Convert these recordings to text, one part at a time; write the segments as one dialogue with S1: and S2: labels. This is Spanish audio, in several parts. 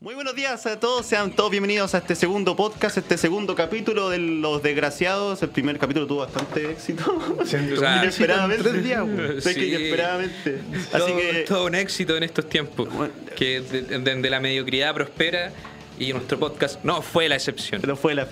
S1: Muy buenos días a todos, sean todos bienvenidos a este segundo podcast, este segundo capítulo de Los Desgraciados. El primer capítulo tuvo bastante éxito.
S2: O sea,
S1: inesperadamente.
S3: en tres días,
S1: Sí, que
S2: Sí.
S1: inesperadamente.
S2: Todo,
S1: Así que.
S2: todo un éxito en estos tiempos. Que de- de- donde la mediocridad prospera y nuestro podcast no fue la excepción.
S1: Pero fue la.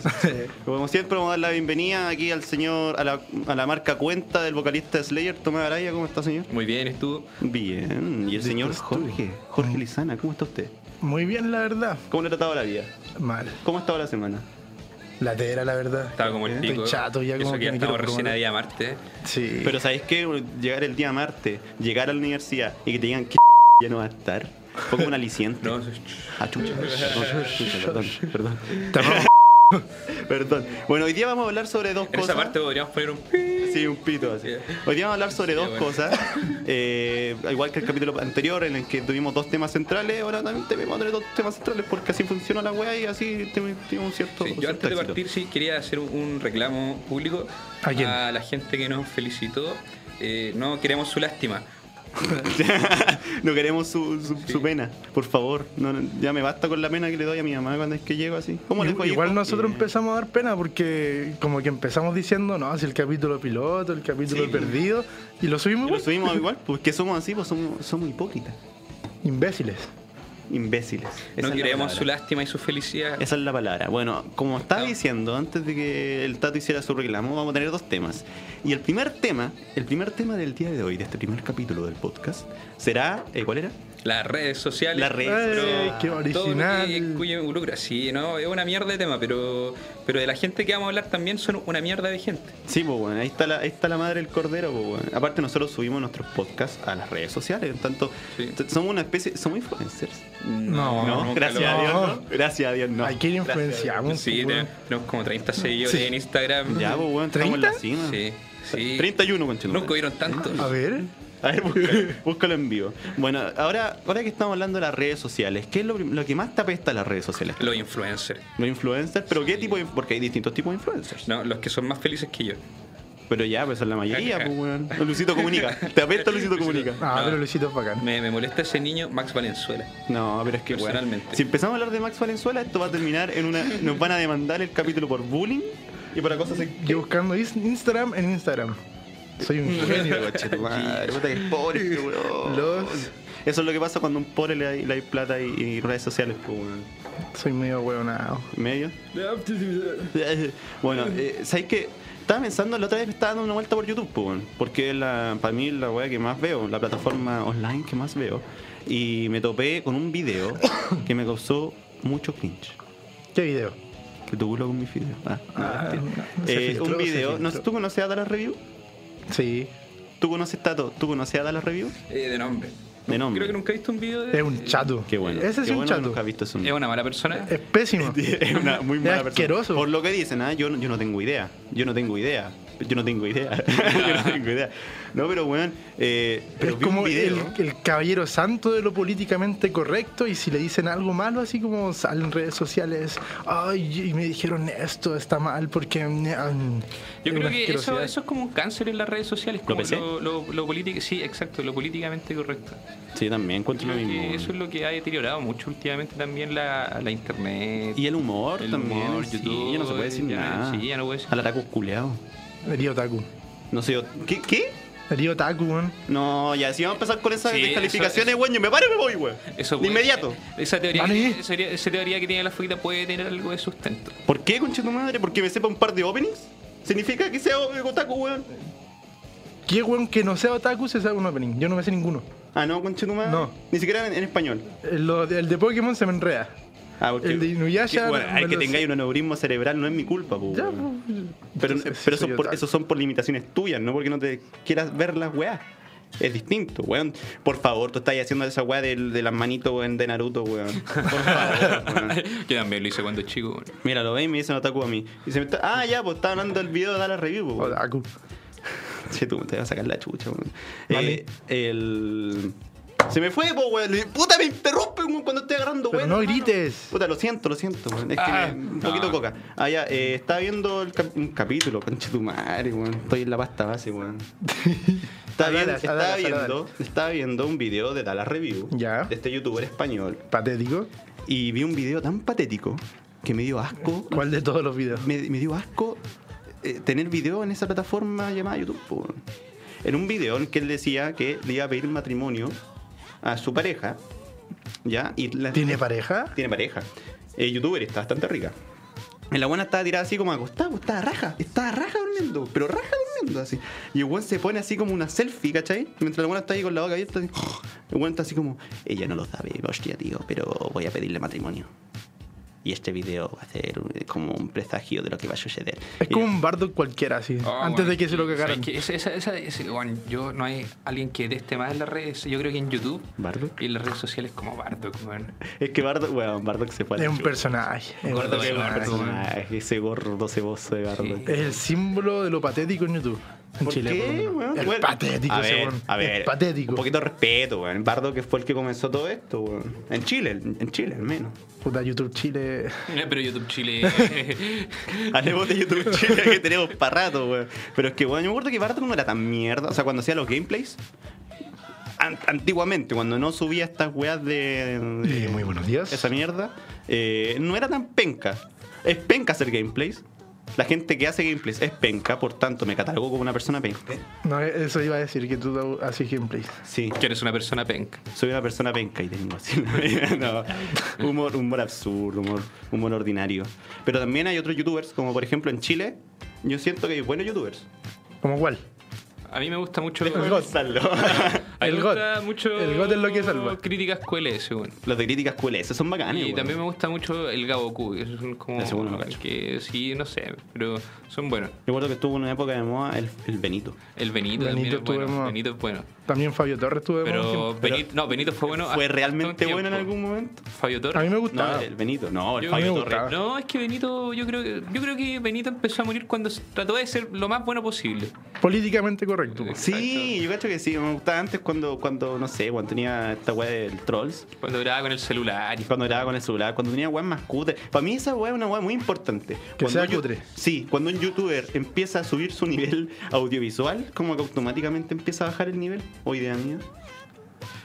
S1: Como siempre, vamos a dar la bienvenida aquí al señor, a la, a la marca cuenta del vocalista de Slayer, Tomás Araya. ¿Cómo está, señor?
S2: Muy bien, estuvo.
S1: Bien. Y el señor Jorge, Jorge Lizana, ¿cómo está usted?
S3: Muy bien, la verdad.
S1: ¿Cómo le ha tratado la vida?
S3: Mal.
S1: ¿Cómo ha estado la semana?
S3: Latera, la verdad.
S2: Estaba como el
S3: Estoy
S2: pico.
S3: chato ya,
S2: Eso
S3: como
S2: que
S3: que
S2: ya
S3: me
S2: estamos
S3: quiero
S2: recién a
S3: probar.
S2: día martes.
S3: Sí.
S1: Pero ¿sabes qué? Llegar el día martes, llegar a la universidad y que te digan que ya no va a estar. Fue como un aliciente.
S2: No,
S1: Ah, chucha. No, chucha, Perdón, perdón.
S3: Te robo.
S1: Perdón. Bueno, hoy día vamos a hablar sobre dos
S2: en
S1: cosas.
S2: esa parte podríamos poner un pi.
S1: Sí, un pito así.
S2: Yeah.
S1: Hoy día vamos a hablar sobre dos
S2: bueno.
S1: cosas. Eh, igual que el capítulo anterior en el que tuvimos dos temas centrales, ahora también tenemos tener dos temas centrales porque así funciona la weá y así tiene tiene un cierto.
S2: Sí, yo
S1: cierto
S2: antes de
S1: éxito.
S2: partir sí quería hacer un- un reclamo público
S3: ¿A quién?
S2: la gente que nos felicitó. Eh, no queremos su lástima.
S1: no queremos su, su- su pena, por favor. No, no, ya me basta con la pena que le doy a mi mamá cuando es que llego así. ¿Cómo le fue,
S3: Igual
S1: hijo?
S3: nosotros
S1: Eh,
S3: empezamos a dar pena porque como que empezamos diciendo, no, si el capítulo piloto, el capítulo
S1: Sí.
S3: perdido, y lo subimos
S1: y Lo
S3: igual.
S1: subimos igual, porque somos así, pues somos, somos hipócritas,
S3: Imbéciles.
S1: imbéciles. Esa es
S2: No
S1: la
S2: queremos su
S1: palabra.
S2: lástima y su felicidad.
S1: Esa es la palabra. Bueno, como estaba
S2: No.
S1: diciendo, antes de que el Tato hiciera su reclamo, vamos a tener dos temas. Y el primer tema, el primer tema del día de hoy, de este primer capítulo del podcast, será. eh, ¿Cuál era?
S2: Las redes sociales.
S1: Las redes
S3: Ey,
S1: sociales.
S3: qué
S2: Todo lo
S3: original.
S2: que cuyo involucra, sí, ¿no? Es una mierda de tema, pero, pero de la gente que vamos a hablar también son una mierda de gente.
S1: Sí, pues bueno, ahí está la, ahí está la madre del cordero, pues bueno. Aparte nosotros subimos nuestros podcasts a las redes sociales, en tanto
S2: Sí.
S1: t- somos una especie, somos influencers.
S3: No,
S1: no,
S2: nunca
S1: gracias
S2: lo-
S1: a Dios,
S3: no.
S1: no. Gracias a Dios, no.
S3: Aquí le influenciamos.
S2: Sí,
S3: pues,
S2: te- tenemos como 30 seguidores en Instagram.
S1: Ya, pues bueno, estamos en la
S3: 30?
S1: cima.
S2: Sí, sí.
S1: 31, conchito.
S2: Nunca hubieron tantos.
S3: weón. A ver.
S1: A ver, búscalo, búscalo en vivo. Bueno, ahora, ahora que estamos hablando de las redes sociales, ¿qué es lo, prim- lo que más te apesta a las redes sociales?
S2: Los influencers.
S1: Los influencers, pero ¿qué tipo de inf- Porque hay distintos tipos de influencers.
S2: No, los que son más felices que yo.
S1: Pero ya, pues son la mayoría, pues, weón. Lucito Comunica. ¿Te apesta Lucito Comunica?
S3: Ah,
S2: No.
S3: pero Luisito es bacán.
S2: Me, me molesta ese niño, Max Valenzuela.
S1: No, pero es que, weón,
S2: Personalmente.
S1: si empezamos a hablar de Max Valenzuela, esto va a terminar en una... Nos van a demandar el capítulo por bullying y por cosas así.
S3: Yo buscando is- Instagram en Instagram. Soy un genio.
S1: Madre, puta que pobre, este weón.
S3: Los-
S1: Eso es lo que pasa cuando a un pobre le hay, le hay plata y, y redes sociales, pues, weón.
S3: Soy medio hueonado.
S1: Medio. Bueno, eh, ¿sabes qué? Estaba pensando, la otra vez me estaba dando una vuelta por YouTube, pues, weón, porque es la, para mí es la weá que más veo, la plataforma online que más veo. Y me topé con un video que me causó mucho cringe.
S3: ¿Qué video?
S1: Que tu culo con mis videos. Ah, no,
S3: Ah,
S2: este,
S1: mentira.
S3: no, se
S1: Eh,
S3: filtró,
S1: un
S3: se
S1: video. No, sé,
S3: filtró.
S1: ¿Tú conoces a Dallas Review?
S3: Sí.
S1: ¿Tú conoces Tato? ¿Tú conoces a Dallas Review?
S2: Eh, de nombre.
S1: De nombre.
S2: Creo que nunca he visto un video de.
S3: Es un chato.
S1: Qué bueno.
S3: Ese es
S1: Qué
S3: un
S1: bueno que
S3: chato.
S1: nunca has visto eso.
S2: Es una mala persona.
S3: Es pésimo.
S1: Es una muy mala
S3: Es
S1: persona.
S3: asqueroso.
S1: Por lo que dicen, ah, yo, no- yo no tengo idea. Yo no tengo idea. Yo no tengo idea. yo no tengo idea. No, pero weón. eh, pero
S3: es
S1: vi un
S3: como
S1: video.
S3: el, el caballero santo de lo políticamente correcto y si le dicen algo malo, así como salen redes sociales, ay, y me dijeron esto está mal porque... mm,
S2: Yo
S3: es
S2: creo
S3: una
S2: que eso,
S3: asquerosidad".
S2: eso es como un cáncer en las redes sociales.
S1: ¿Lo
S2: Como
S1: pensé?
S2: lo, lo, lo politi- Sí, exacto, lo políticamente correcto.
S1: Sí, también encuentro
S2: Creo
S1: lo mismo.
S2: que
S1: weón.
S2: eso es lo que ha deteriorado mucho últimamente también la, la internet.
S1: Y el humor
S2: El
S1: también.
S2: humor,
S1: sí,
S2: YouTube,
S1: ya no se puede decir
S2: ya,
S1: nada.
S2: sí, ya no puede decir-
S1: Al ataco culeado.
S3: Sería otaku.
S1: No sé, yo- ¿qué? ¿Qué?
S3: Sería otaku, weón.
S1: No, ya, si vamos a empezar con esas
S2: Sí, eso-
S1: descalificaciones,
S2: eso-
S1: weón, yo me paro y me voy, weón.
S2: Eso
S1: De
S2: puede-
S1: inmediato.
S2: Esa teoría, que,
S3: Dani.
S2: tiene- esa, teoría, esa teoría que tiene la fuita puede tener algo de sustento.
S1: ¿Por qué, concha tu madre? ¿Porque me sepa un par de openings? ¿Significa que sea otaku, weón?
S3: ¿Qué weón que no sea otaku se sabe un opening? Yo no me sé ninguno.
S1: Ah, no, concha tu madre.
S3: No.
S1: Ni siquiera en, en español.
S3: El, lo de- el de Pokémon se me enreda.
S1: Ah, porque.
S3: El de Inuyasha,
S1: que, bueno, hay
S3: me
S1: que
S3: lo
S1: tengáis un aneurisma cerebral, no es mi culpa, po,
S3: Ya,
S1: weón.
S3: pues,
S1: Pero,
S3: entonces,
S1: pero
S3: sí
S1: eso,
S3: soy
S1: por,
S3: otaku.
S1: eso son por limitaciones tuyas, no porque no te quieras ver las weas. Es distinto, weón. Por favor, tú estás haciendo esa wea del- de, las manitos weón, de Naruto, weón. Por favor, weón.
S2: Yo también lo hice cuando chico. bueno.
S1: Mira, lo ve y me dice no ataco a mí. Y se me está- ah, ya, pues estaba hablando del video de Dallas Review, po, weón.
S3: Otaku.
S1: Che, tú te vas a sacar la chucha, weón.
S3: Vale.
S1: Eh, el. Se me fue, po, weón. Puta, me interrumpen weón, cuando estoy agarrando,
S3: Pero
S1: weón.
S3: no
S1: hermano.
S3: grites.
S1: Puta, lo siento, lo siento, weón. Es que
S2: Ah,
S1: me- un poquito
S2: no.
S1: coca. Ah, ya, eh, estaba viendo el cap- un capítulo, conche tu madre, weón. Estoy en la pasta base, weón. Estaba,
S3: A
S1: bien-
S3: Dallas, a
S1: estaba
S3: Dallas, a
S1: viendo, estaba viendo un video de Dallas Review
S3: Ya.
S1: de este youtuber español
S3: Patético.
S1: Y vi un video tan patético que me dio asco.
S3: ¿Cuál de todos los videos?
S1: Me, me dio asco eh, tener video en esa plataforma llamada YouTube. po, weón. En un video en que él decía que le iba a pedir matrimonio a su pareja. ¿Ya? Y la-
S3: ¿Tiene pareja?
S1: tiene pareja. Eh, youtuber, está bastante rica. En la buena estaba tirada así como acostada, pues, estaba raja, estaba raja durmiendo, pero raja durmiendo así. Y el weón se pone así como una selfie, ¿cachai? Mientras la buena está ahí con la boca abierta, así, el weón está así como, ella no lo sabe, hostia, tío, pero voy a pedirle matrimonio. Y este video va a ser eh, como un presagio de lo que va a suceder.
S3: Es
S1: Y-
S3: como un bardo cualquiera, así.
S2: Oh,
S3: antes
S2: bueno,
S3: de que se lo
S2: ¿sabes
S3: cagaran.
S2: qué? Esa- esa- esa- ese- bueno, yo no hay alguien que deteste más en las redes. Yo creo que en YouTube
S1: ¿Bardock?
S2: y en las redes sociales como Bardock, weón.
S1: Es que Bardock, weón, Bardock se fue a la
S3: Es un
S1: chucha.
S3: personaje. Es un
S2: Gordo de bardo.
S3: personaje.
S1: personaje, Ese gordo ceboso de Bardock.
S2: Sí.
S3: Es el símbolo de lo patético en YouTube. En
S1: ¿Por
S3: Chile. por lo
S1: qué,
S3: menos.
S1: weón?
S3: Es
S1: Bueno,
S3: patético,
S1: a
S3: ese
S1: ver,
S3: weón.
S1: a ver,
S3: Es patético.
S1: Un poquito de respeto, weón. Bardo que fue el que comenzó todo esto, weón. En Chile, en Chile al menos.
S3: Puta, YouTube Chile.
S2: Pero YouTube Chile.
S1: Hablemos de YouTube Chile que tenemos para rato, weón. Pero es que, weón, yo me acuerdo que Bardo no era tan mierda. O sea, cuando hacía los gameplays. an- antiguamente, cuando no subía estas weas de. de-
S3: Eh, muy buenos días.
S1: Esa mierda. eh, no era tan penca. Es penca hacer gameplays. La gente que hace gameplays es penca, por tanto, me catalogo como una persona penca.
S3: No, eso iba a decir que tú haces gameplays.
S1: Sí.
S2: que eres una persona penca.
S1: Soy una persona penca y tengo así. no. humor, humor absurdo, humor, humor ordinario. Pero también hay otros youtubers, como por ejemplo en Chile, yo siento que hay buenos youtubers.
S3: ¿Cómo cuál?
S2: A mí me gusta mucho.
S1: Déjame Gonzalo.
S2: A mí me
S3: El God.
S2: gusta mucho.
S3: El God es lo que salva.
S2: Críticas QLS, weón.
S1: Los de críticas QLS son bacanes.
S2: Y
S1: weón.
S2: también me gusta mucho el Gabo Q. que Es un como.
S1: Ah, Ese bueno no cacho.
S2: que sí, no sé, pero son buenos.
S1: Recuerdo que estuvo en una época de moda el, el Benito.
S2: El Benito,
S3: Benito
S2: también es
S3: estuvo de
S2: bueno.
S3: moda.
S2: Benito es bueno.
S3: También Fabio Torres tuve
S2: Pero, Benito, no, Benito fue bueno.
S1: ¿Fue
S2: hasta
S1: realmente
S2: un
S1: bueno en
S2: tiempo.
S1: algún momento?
S2: Fabio Torres.
S3: A mí me gustaba.
S1: No, el Benito. No, el
S2: Yo-
S1: Fabio
S3: me
S1: Torres.
S3: gustaba.
S2: No, es que Benito, yo creo, que- yo creo que Benito empezó a morir cuando se- trató de ser lo más bueno posible.
S3: Políticamente correcto.
S1: Sí, yo cacho que sí. Me gustaba antes cuando, cuando no sé, cuando tenía esta weá del Trolls.
S2: Cuando grababa con el celular. y-
S1: cuando grababa con el celular, cuando tenía weas más cutre. Para mí esa wea es una wea muy importante. cuando
S3: sea
S1: un yo-
S3: cutre.
S1: Sí, cuando un youtuber empieza a subir su nivel audiovisual, como que automáticamente empieza a bajar el nivel. O idea mía.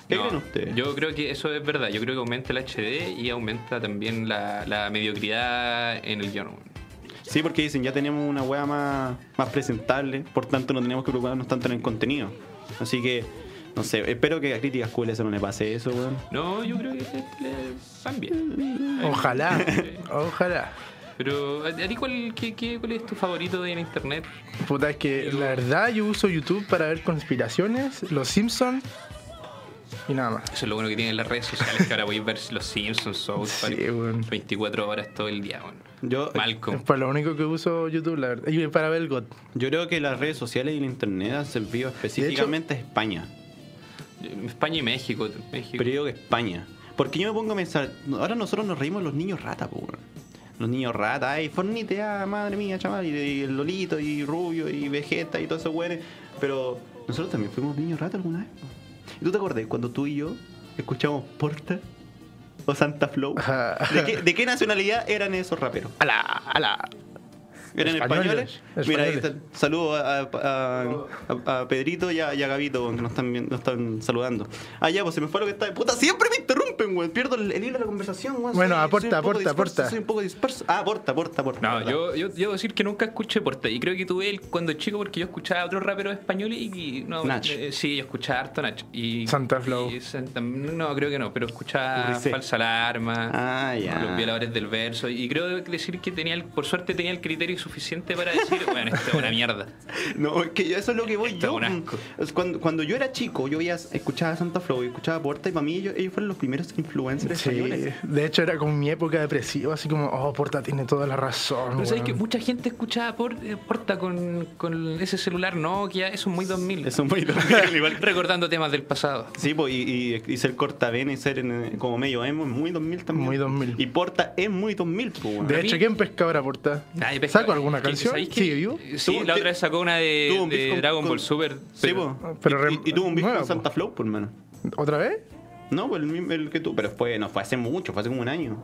S1: ¿Qué
S2: No,
S1: creen ustedes?
S2: Yo creo que eso es verdad. Yo creo que aumenta el HD y aumenta también la, la mediocridad en el guión.
S1: Sí, porque dicen, ya tenemos una wea más, más presentable, por tanto no tenemos que preocuparnos tanto en el contenido. Así que, no sé, espero que a Críticas Cool eso no le pase eso, weón.
S2: No, yo creo que le- le- eh, también.
S3: Ojalá. Ojalá.
S2: Pero, ¿a, a ti cuál, qué- qué- cuál es tu favorito en internet?
S3: Puta, es que la verdad yo uso YouTube para ver conspiraciones, Los Simpsons y nada más.
S2: Eso es lo bueno que tienen las redes sociales, que ahora podéis ver los Simpsons, South Park,
S3: Sí, weón.
S2: 24 horas todo el día, weón.
S1: Yo,
S2: Malcolm.
S3: Es para lo único que uso YouTube, la verdad. Y para ver el God.
S1: yo creo que las redes sociales y el internet han servido específicamente a España.
S2: España y México. México.
S1: Pero yo digo que España. Porque yo me pongo a pensar, ahora nosotros nos reímos de los niños rata, po, weón. Los niños rata, ay, Fornite, ah, madre mía, chaval, y, y el Lolito, y Rubio, y Vegeta, y todos esos güeyes. Pero nosotros también fuimos niños rata alguna vez. po. ¿Y tú te acordás cuando tú y yo escuchamos Porta o Santa Flow?
S3: Ajá.
S1: ¿De qué, de qué nacionalidad eran esos raperos?
S3: ¡Ala! ¡Ala!
S1: ¿Eran españoles?
S3: Españoles,
S1: Mira, ahí
S3: españoles.
S1: está. Saludos a, a- a- a Pedrito y a, y a Gabito, que nos están, viendo- nos están saludando. Ah, ya, pues se me fue lo que está. Puta, siempre me interrumpen, güey. Pierdo el, el hilo de la conversación, güey.
S3: Bueno,
S1: Soy-
S3: aporta,
S1: soy un poco
S3: aporta,
S1: disperso,
S3: aporta.
S1: Soy un poco disperso. Ah, aporta, aporta, aporta.
S2: No,
S1: ¿verdad?
S2: yo, yo debo decir que nunca escuché Porta. Y creo que tuve él cuando chico porque yo escuchaba a otros raperos españoles y... y no,
S1: Nach.
S2: eh, sí, yo escuchaba harto Nach. Y,
S3: Santa Flow.
S2: y Santa- no, creo que no, pero escuchaba
S1: Uribe.
S2: Falsa Alarma,
S1: Ah, ya.
S2: Los Violadores del Verso. Y creo que decir que tenía, el- por suerte tenía el criterio suficiente para decir, bueno, esto es una mierda.
S1: Ah, No, es que yo- eso es lo que voy
S2: Esto
S1: yo.
S2: es un asco.
S1: Es Cuando, cuando yo era chico, yo veía, escuchaba Santa Flow y escuchaba Porta, y para mí ellos, ellos fueron los primeros influencers
S3: Sí.
S1: españoles.
S3: De hecho, era como mi época depresiva, así como, oh, Porta tiene toda la razón.
S2: Pero sabes que
S3: weón.
S2: mucha gente escuchaba por, eh, Porta con, con ese celular Nokia, eso es muy 2000.
S1: Eso es muy normal, igual
S2: Recordando temas del pasado.
S1: Sí, pues, y, y, y ser cortavena y ser en- eh, como medio emo es muy 2000 también.
S3: Muy 2000.
S1: Y Porta es muy 2000, pues, weón.
S3: De
S2: a mí-
S3: hecho, ¿quién pesca ahora, Porta?
S2: Nadie pesca-
S3: ¿Saco alguna
S2: que-
S3: canción?
S2: ¿sabéis que-
S3: ¿Sigue vivo?
S2: Sí,
S1: Tuvo-
S2: la otra
S1: tie-
S2: vez sacó una
S1: Tuvo
S2: de,
S1: un beef
S2: de
S1: con-
S2: Dragon
S1: con-
S2: Ball Super.
S1: Sí,
S2: pero-
S1: pues.
S3: pero
S1: y,
S3: re-
S1: y- y tuvo un beef
S3: nueva,
S1: con
S3: po.
S1: Santa Flow, pues, hermano.
S3: ¿Otra vez?
S1: No, pues el, mismo- el que tú. Pero fue, no, fue hace mucho, fue hace como un año.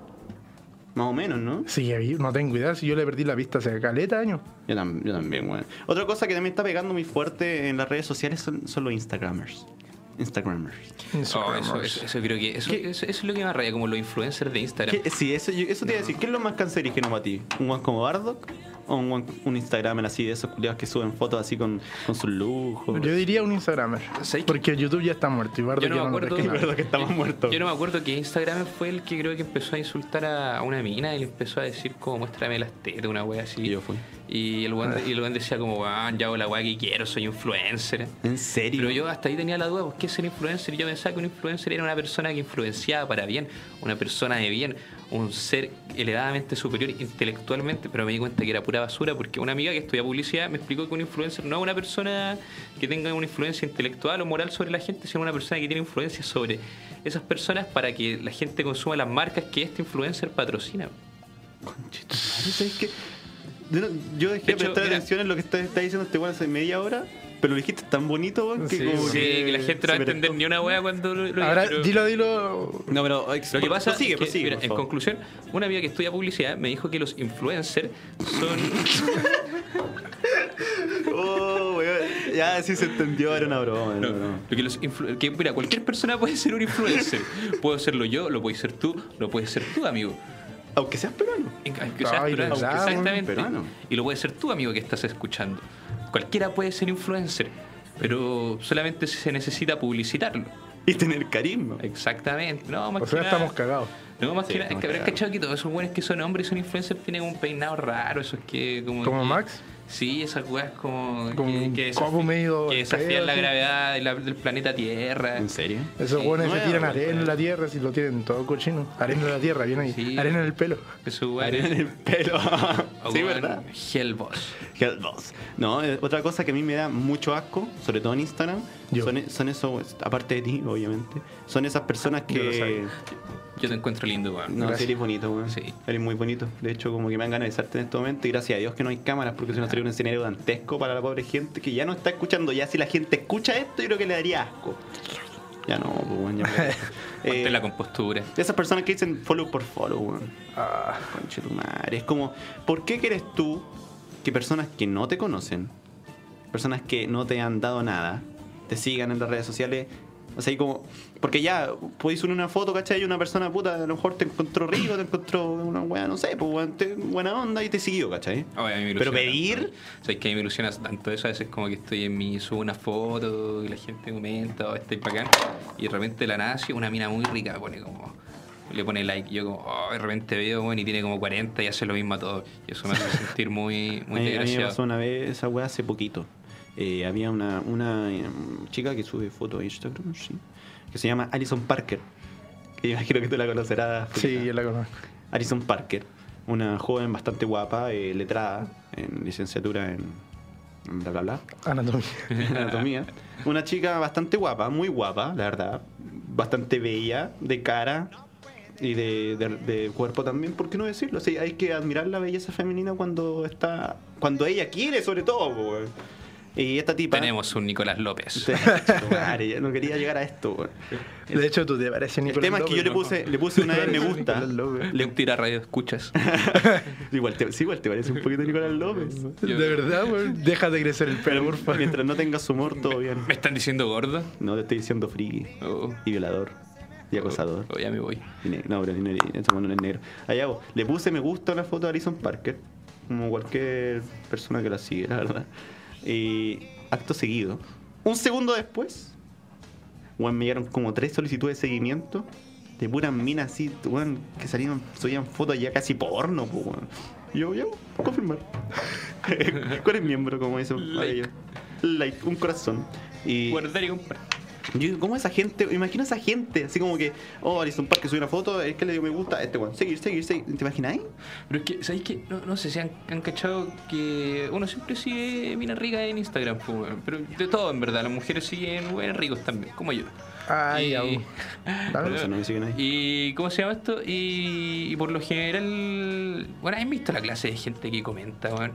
S1: Más o menos, ¿no?
S3: Sigue vivo, no tengo idea. Si yo le perdí la pista hace caleta años.
S1: Yo, tam- yo también, weón. Otra cosa que también está pegando muy fuerte en las redes sociales son, son los Instagramers. Instagramers.
S2: Oh, eso, eso- eso creo que eso,
S1: ¿Qué?
S2: eso- eso es lo que me raya, como los influencers de Instagram.
S1: ¿Qué- Sí, eso, yo- eso te iba a decir. ¿Qué es lo más cancerígeno para ti? ¿Un guan como Bardock? ¿O un, guan- un Instagramer así de esos culiados que suben fotos así con, con sus lujos?
S3: Yo diría un Instagramer.
S2: ¿Sabes qué?
S3: Porque YouTube ya está muerto y Bardo
S2: Yo no
S3: ya
S2: me
S3: no lo
S2: acuerdo. Eh,
S1: Es
S3: pesca nadie.
S1: verdad que estamos muertos.
S2: Yo no me acuerdo que Instagram fue el que creo que empezó a insultar a una mina y le empezó a decir como muéstrame las tetas, una wea así.
S1: Y yo fui.
S2: Y el weón y el weón decía como, ah, yo hago la wea que quiero, soy influencer.
S1: ¿En serio?
S2: Pero yo hasta ahí tenía la duda, ¿por qué ser influencer? Yo pensaba que un influencer era una persona que influenciaba para bien, una persona de bien, un ser elevadamente superior intelectualmente, pero me di cuenta que era pura basura porque una amiga que estudia publicidad me explicó que un influencer no es una persona que tenga una influencia intelectual o moral sobre la gente, sino una persona que tiene influencia sobre esas personas para que la gente consuma las marcas que este influencer patrocina.
S1: Conchito, madre, ¿sabes qué? Yo, no- yo dejé
S2: De
S1: de,
S2: hecho,
S1: prestar
S2: mira.
S1: atención en lo que está, está diciendo este weón hace media hora, pero lo dijiste tan bonito, weón, que
S3: Sí,
S1: como
S3: sí,
S2: Sí,
S1: que
S2: que la gente no va a
S1: se
S2: entender
S1: me-
S2: ni una wea cuando lo, lo
S3: Ahora,
S2: pero-
S3: dilo, dilo.
S1: No, pero
S2: Lo que pasa
S1: prosigue,
S2: es que,
S1: prosigue,
S2: mira,
S1: por
S2: en
S1: favor.
S2: conclusión, una amiga que estudia publicidad me dijo que los influencers son...
S1: Oh, weón. Ya sí se entendió, era una broma. era una broma.
S2: que los influ- que, mira, cualquier persona puede ser un influencer. Puedo serlo yo, lo puedes ser tú, lo puedes ser tú, amigo.
S1: Aunque seas peruano.
S2: Aunque seas
S3: Ay,
S2: peruano, aunque-
S3: ¿verdad, weón?
S2: exactamente.
S1: Peruano.
S2: Y lo puedes ser tú, amigo, que estás escuchando. Cualquiera puede ser influencer, pero solamente se necesita publicitarlo.
S1: Y tener carisma.
S2: Exactamente. No, más
S3: O
S2: que
S3: sea,
S2: nada-
S3: estamos cagados.
S2: No, más
S1: Sí,
S2: que nada, es
S1: estamos
S2: que habrás
S1: cagados.
S2: cachado que todos esos buenos que son hombres y son influencers tienen un peinado raro, esos que como...
S3: ¿Como
S2: que-
S3: Max?
S2: Sí, esas weas como...
S3: Como un copo medio
S2: que desafían
S3: feo,
S2: la
S3: así.
S2: gravedad de la- del planeta Tierra.
S1: ¿En serio?
S3: Esos
S2: Sí,
S3: buenos
S1: no
S3: se
S1: me
S3: tiran
S1: da
S3: arena
S1: cuenta.
S3: en la tierra si lo tienen todo cochino. Arena en la tierra, bien ahí.
S2: Sí.
S3: Arena en el pelo.
S2: Esos weas-
S1: Arena en el pelo.
S2: o
S1: sí,
S2: weón,
S1: ¿verdad?
S2: Hellboss.
S1: Hell Boss. No, eh, otra cosa que a mí me da mucho asco, sobre todo en Instagram,
S3: Yo.
S1: son, e- son esos, aparte de ti, obviamente, son esas personas
S3: Yo lo
S1: que...
S3: sabía.
S2: Yo te encuentro lindo, weón.
S1: No,
S3: Gracias.
S1: sí, eres bonito, weón.
S2: Sí.
S1: Eres muy bonito. De hecho, como que me han ganado de besarte en este momento. Y gracias a Dios que no hay cámaras, porque si no sería un escenario dantesco para la pobre gente que ya no está escuchando. Ya si la gente escucha esto, yo creo que le daría asco. Ya no, pues, weón. ya me-
S2: Ponte
S1: Eh,
S2: la compostura.
S1: esas personas que dicen follow por follow, weón.
S3: Ah,
S1: Conche tu madre. Es como, ¿por qué crees tú que personas que no te conocen, personas que no te han dado nada, te sigan en las redes sociales? O sea, y como, porque ya podéis subir una foto, ¿cachai? Y una persona puta, a lo mejor te encontró rico, te encontró una weá, no sé, pues weón, te- buena onda y te siguió, ¿cachai?
S2: Ay, a mí me
S1: Pero
S2: ilusiona
S1: pedir-
S2: tanto. O sea, es que a mí me ilusiona tanto eso. A veces como que estoy en mi... Subo una foto y la gente comenta, oh, estoy bacán. Y de repente de la nada, así, una mina muy rica pone como... Le pone like. Yo como... oh, de repente veo, bueno, y tiene como 40 y hace lo mismo a todos. Y eso me hace sentir muy, muy
S1: a, mí, Eh, a mí me pasó
S2: desgraciado.
S1: una vez esa weá hace poquito. Eh, había una, una eh, chica que sube fotos a Instagram, sí, que se llama Alison Parker. Que imagino que tú la conocerás.
S3: sí,
S1: Julieta.
S3: yo la conozco.
S1: Alison Parker, una joven bastante guapa, eh, letrada, en licenciatura en en bla bla bla,
S3: Anatomía.
S1: en anatomía. Una chica bastante guapa, muy guapa, la verdad, bastante bella, de cara y de, de- de cuerpo también, ¿por qué no decirlo? O sea, hay que admirar la belleza femenina cuando está, cuando ella quiere, sobre todo. po, weón. Y esta tipa.
S2: Tenemos un Nicolás López.
S1: Madre, no quería llegar a esto. weón.
S3: De hecho, tú te pareces
S1: El
S3: Nicolás
S1: tema es que yo
S3: López,
S1: le
S3: loco.
S1: puse, le puse una vez me
S3: Nicolás
S1: gusta.
S3: López.
S2: Le tira radio escuchas.
S1: Igual te, sí, igual te parece un poquito Nicolás López.
S3: De verdad, weón. Deja de crecer el pelo, por favor.
S1: Mientras no tengas humor, todo bien.
S2: ¿Me están diciendo gordo?
S1: No te estoy diciendo friki
S2: Oh,
S1: y violador y acosador.
S2: oh, ya me voy.
S1: Y ne- No, pero no- este mono no es negro. Allá vos, le puse me gusta a la foto de Alison Parker, como cualquier persona que la sigue, la verdad. Y acto seguido, un segundo después, weón, me llegaron como tres solicitudes de seguimiento de puras minas así, weón, que salían, subían fotos ya casi porno, po, weón. Y Yo, ya, confirmar. ¿Cuál es miembro, como dice?
S2: Like.
S1: Like. like, un corazón. Y
S2: Guardar y comprar.
S1: yo digo, ¿cómo esa gente? Imagino a esa gente, así como que, oh, Alison Parker subió una foto, es que le dio me gusta, este weón, seguir, seguir, seguir. ¿Te imagináis?
S2: Pero es que, ¿sabéis qué? No, no sé si han, han cachado que uno siempre sigue mina rica en Instagram, pues, weón. pero de todo en verdad, las mujeres siguen buenos ricos también, como yo.
S3: Ay,
S2: Y-
S3: abu. Dame.
S1: Eso no me sigue nadie.
S2: ¿Y cómo se llama esto? Y, y por lo general, bueno, ¿han visto la clase de gente que comenta, weón?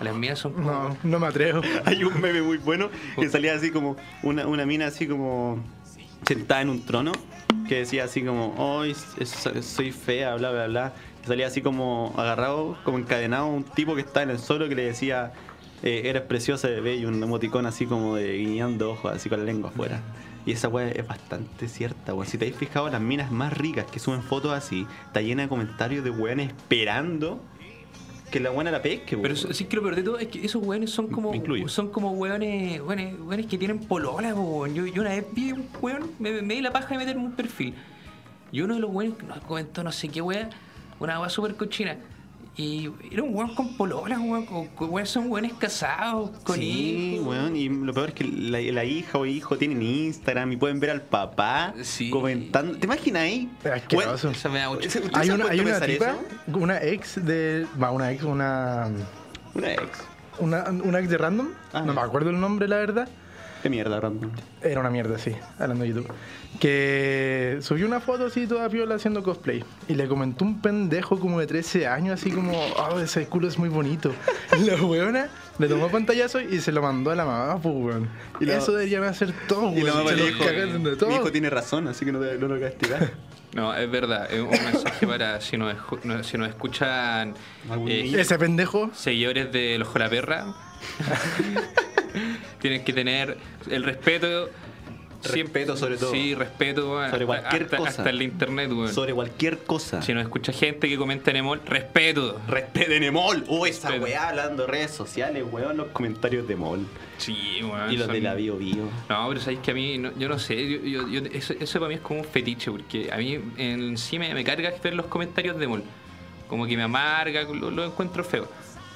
S2: A las mías son como-
S3: No, no me atrevo.
S1: Hay un meme muy bueno que salía así como una, una mina así como sentada en un trono que decía así como, oh, es- es- soy fea, bla, bla, bla. Y salía así como agarrado, como encadenado a un tipo que estaba en el suelo que le decía, eh, eres preciosa bebé y un emoticón así como de guiñando ojos, así con la lengua afuera. Y esa weá es bastante cierta, weón. Si te habéis fijado, las minas más ricas que suben fotos así, está llena de comentarios de weones esperando que la buena la pesque,
S2: Pero
S1: weón.
S2: eso- sí que lo peor de todo es que esos hueones son como
S1: Me incluyo.
S2: son como hueones, hueones, hueones que tienen polola, po, hueón. Yo, yo una vez vi un hueón, me, me di la paja de meterme un perfil. Y uno de los hueones nos comentó no sé qué hueá, una hueá súper cochina. Y era un hueón con polola, hueón, con- con- hueón, son hueones casados, con
S1: sí,
S2: hijos.
S1: weón, y lo peor es que la, la hija o hijo tienen Instagram y pueden ver al papá
S2: Sí.
S1: comentando. ¿Te imaginas ahí?
S3: Es asqueroso.
S2: Esa me da mucho-
S1: ¿ustedes se
S3: Hay
S1: han
S3: una, hay
S1: puesto a
S3: una
S1: pensar
S3: tipa,
S1: eso?
S3: una ex de. Va, una ex, una.
S1: Una ex.
S3: Una, una ex de random.
S1: Ah,
S3: no me
S1: ya.
S3: acuerdo el nombre, la verdad.
S1: Qué mierda, random.
S3: Era una mierda, sí, hablando de YouTube. Que subió una foto así toda piola haciendo cosplay. Y le comentó un pendejo como de 13 años, así como, oh, ese culo es muy bonito. Y la weona le tomó pantallazo y se lo mandó a la mamá, pues, weón. Y
S1: Y la-
S3: eso deberían hacer todo,
S1: Y la
S3: weón.
S1: mamá
S3: Se
S1: le
S3: los
S1: dijo,
S3: cagaron de
S1: mi hijo
S3: todo.
S1: tiene razón, así que no, te- no lo castigas.
S2: No, es verdad, es un mensaje para si nos, escu- no- si nos escuchan
S1: Algún
S2: eh,
S1: niño.
S3: Ese pendejo.
S2: seguidores de Los la Perra tienen que tener el respeto.
S1: Respeto sobre todo.
S2: Sí, respeto weón,
S1: Sobre
S2: hasta-
S1: cualquier
S2: hasta,
S1: cosa.
S2: Hasta el internet, weón.
S1: Sobre cualquier cosa.
S2: Si nos escucha gente que comenta en emol, respeto.
S1: Respeten Emol. Oh, esa
S2: Respeten.
S1: weá hablando de redes sociales, weón, los comentarios de Emol.
S2: Sí, weón.
S1: Y los
S2: son-
S1: de la Bio Bio.
S2: No, pero sabéis que a mí, no- yo no sé, yo- yo- yo- eso, eso para mí es como un fetiche, porque a mí en sí me, me carga ver los comentarios de mol. Como que me amarga, lo, lo encuentro feo.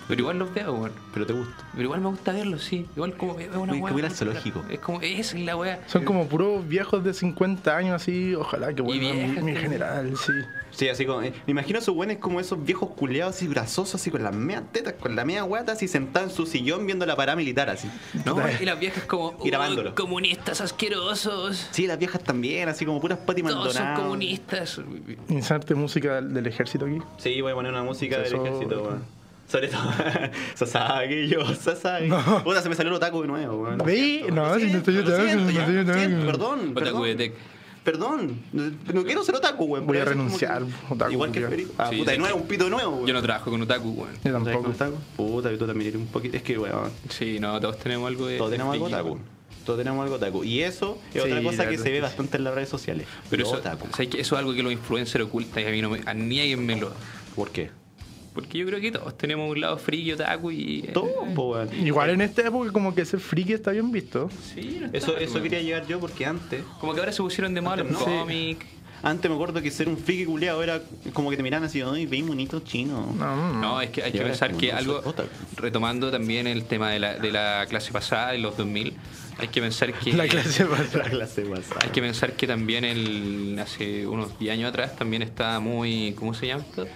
S2: Pero igual los veo, weón.
S1: Pero te gusta.
S2: Pero igual me gusta verlos, sí. Igual como es una
S1: Uy,
S2: weá.
S1: como ir al zoológico.
S2: Es como, esa es la weá.
S3: Son como puros viejos de 50 años, así. Ojalá que vuelvan
S2: viejas
S3: mi, mi
S2: también.
S3: general, sí.
S1: Sí, así como. eh, me imagino a esos weones como esos viejos culeados así grasosos, así con las medias tetas, con la media guata, así sentados en su sillón viendo la paramilitar así.
S2: No, y las viejas como
S1: Y
S2: "Uy,
S1: lavándolo.
S2: comunistas asquerosos.
S1: Sí, las viejas también, así como puras Pati
S2: Todos son
S1: Maldonado.
S2: comunistas.
S3: Inserte música del, del ejército aquí.
S1: Sí, voy a poner una música del
S3: Eso-
S1: ejército, weón. Sobre todo. Sasaki, yo, Sasaki.
S3: No.
S1: Puta, se me salió el otaku de nuevo, weón.
S3: ¿Ve?
S1: Lo
S3: No, si no
S1: siento,
S3: estoy yo
S1: lo
S3: también,
S1: siento,
S3: si no
S1: ya,
S3: estoy yo
S1: lo
S3: también.
S1: siento, Perdón,
S2: Otaku
S1: perdón.
S2: de tech.
S1: Perdón, no- no quiero ser otaku, weón.
S3: Voy a
S1: pero es como
S3: renunciar,
S1: que-
S3: otaku,
S1: Igual que
S3: culiao.
S1: Federico. Ah,
S2: Sí,
S1: puta, de
S2: sí.
S1: nuevo, un pito nuevo, weón.
S2: Yo no trabajo con otaku, weón.
S3: Yo
S1: ¿Sabes
S3: tampoco.
S1: cómo es otaku? Puta, yo también eres un poquito. Es que, weón,
S2: Sí, no, todos Eh, tenemos algo de.
S1: todos tenemos algo
S2: de friki,
S1: otaku.
S2: weón.
S1: Todos tenemos algo otaku. Y eso es
S3: Sí,
S1: otra
S3: la
S1: cosa que
S3: verdad
S1: se
S3: es
S1: ve
S3: que
S1: bastante en las redes sociales.
S2: Pero
S1: Lo
S2: eso,
S1: otaku.
S2: ¿sabes qué? eso es algo que los influencers ocultan y a mí no me. A, nieguenmelo.
S1: ¿Por qué?
S2: Porque yo creo que todos tenemos un lado friki, otaku y. eh,
S1: Todo, po, weón.
S3: Igual en esta época, como que ese friki está bien visto.
S2: Sí, no está
S1: Eso,
S2: mal,
S1: eso
S2: weón.
S1: quería llegar yo porque antes.
S2: Como que ahora se pusieron de moda los
S1: Antes no.
S2: cómics.
S1: Antes me acuerdo que ser un friki culeado era como que te miraban así, ay, veis monito chino.
S3: No, no, no.
S2: No, es que hay
S1: Y
S2: que
S1: Mm. ahora
S2: pensar
S1: es
S2: que
S1: como no
S2: algo,
S1: soy otaku.
S2: retomando también el tema de la, de la clase pasada, de los 2000, hay que pensar que...
S3: La clase pasada.
S1: La clase pasada.
S2: Hay que pensar que también el, hace unos 10 años atrás también estaba muy, ¿cómo se llama esto?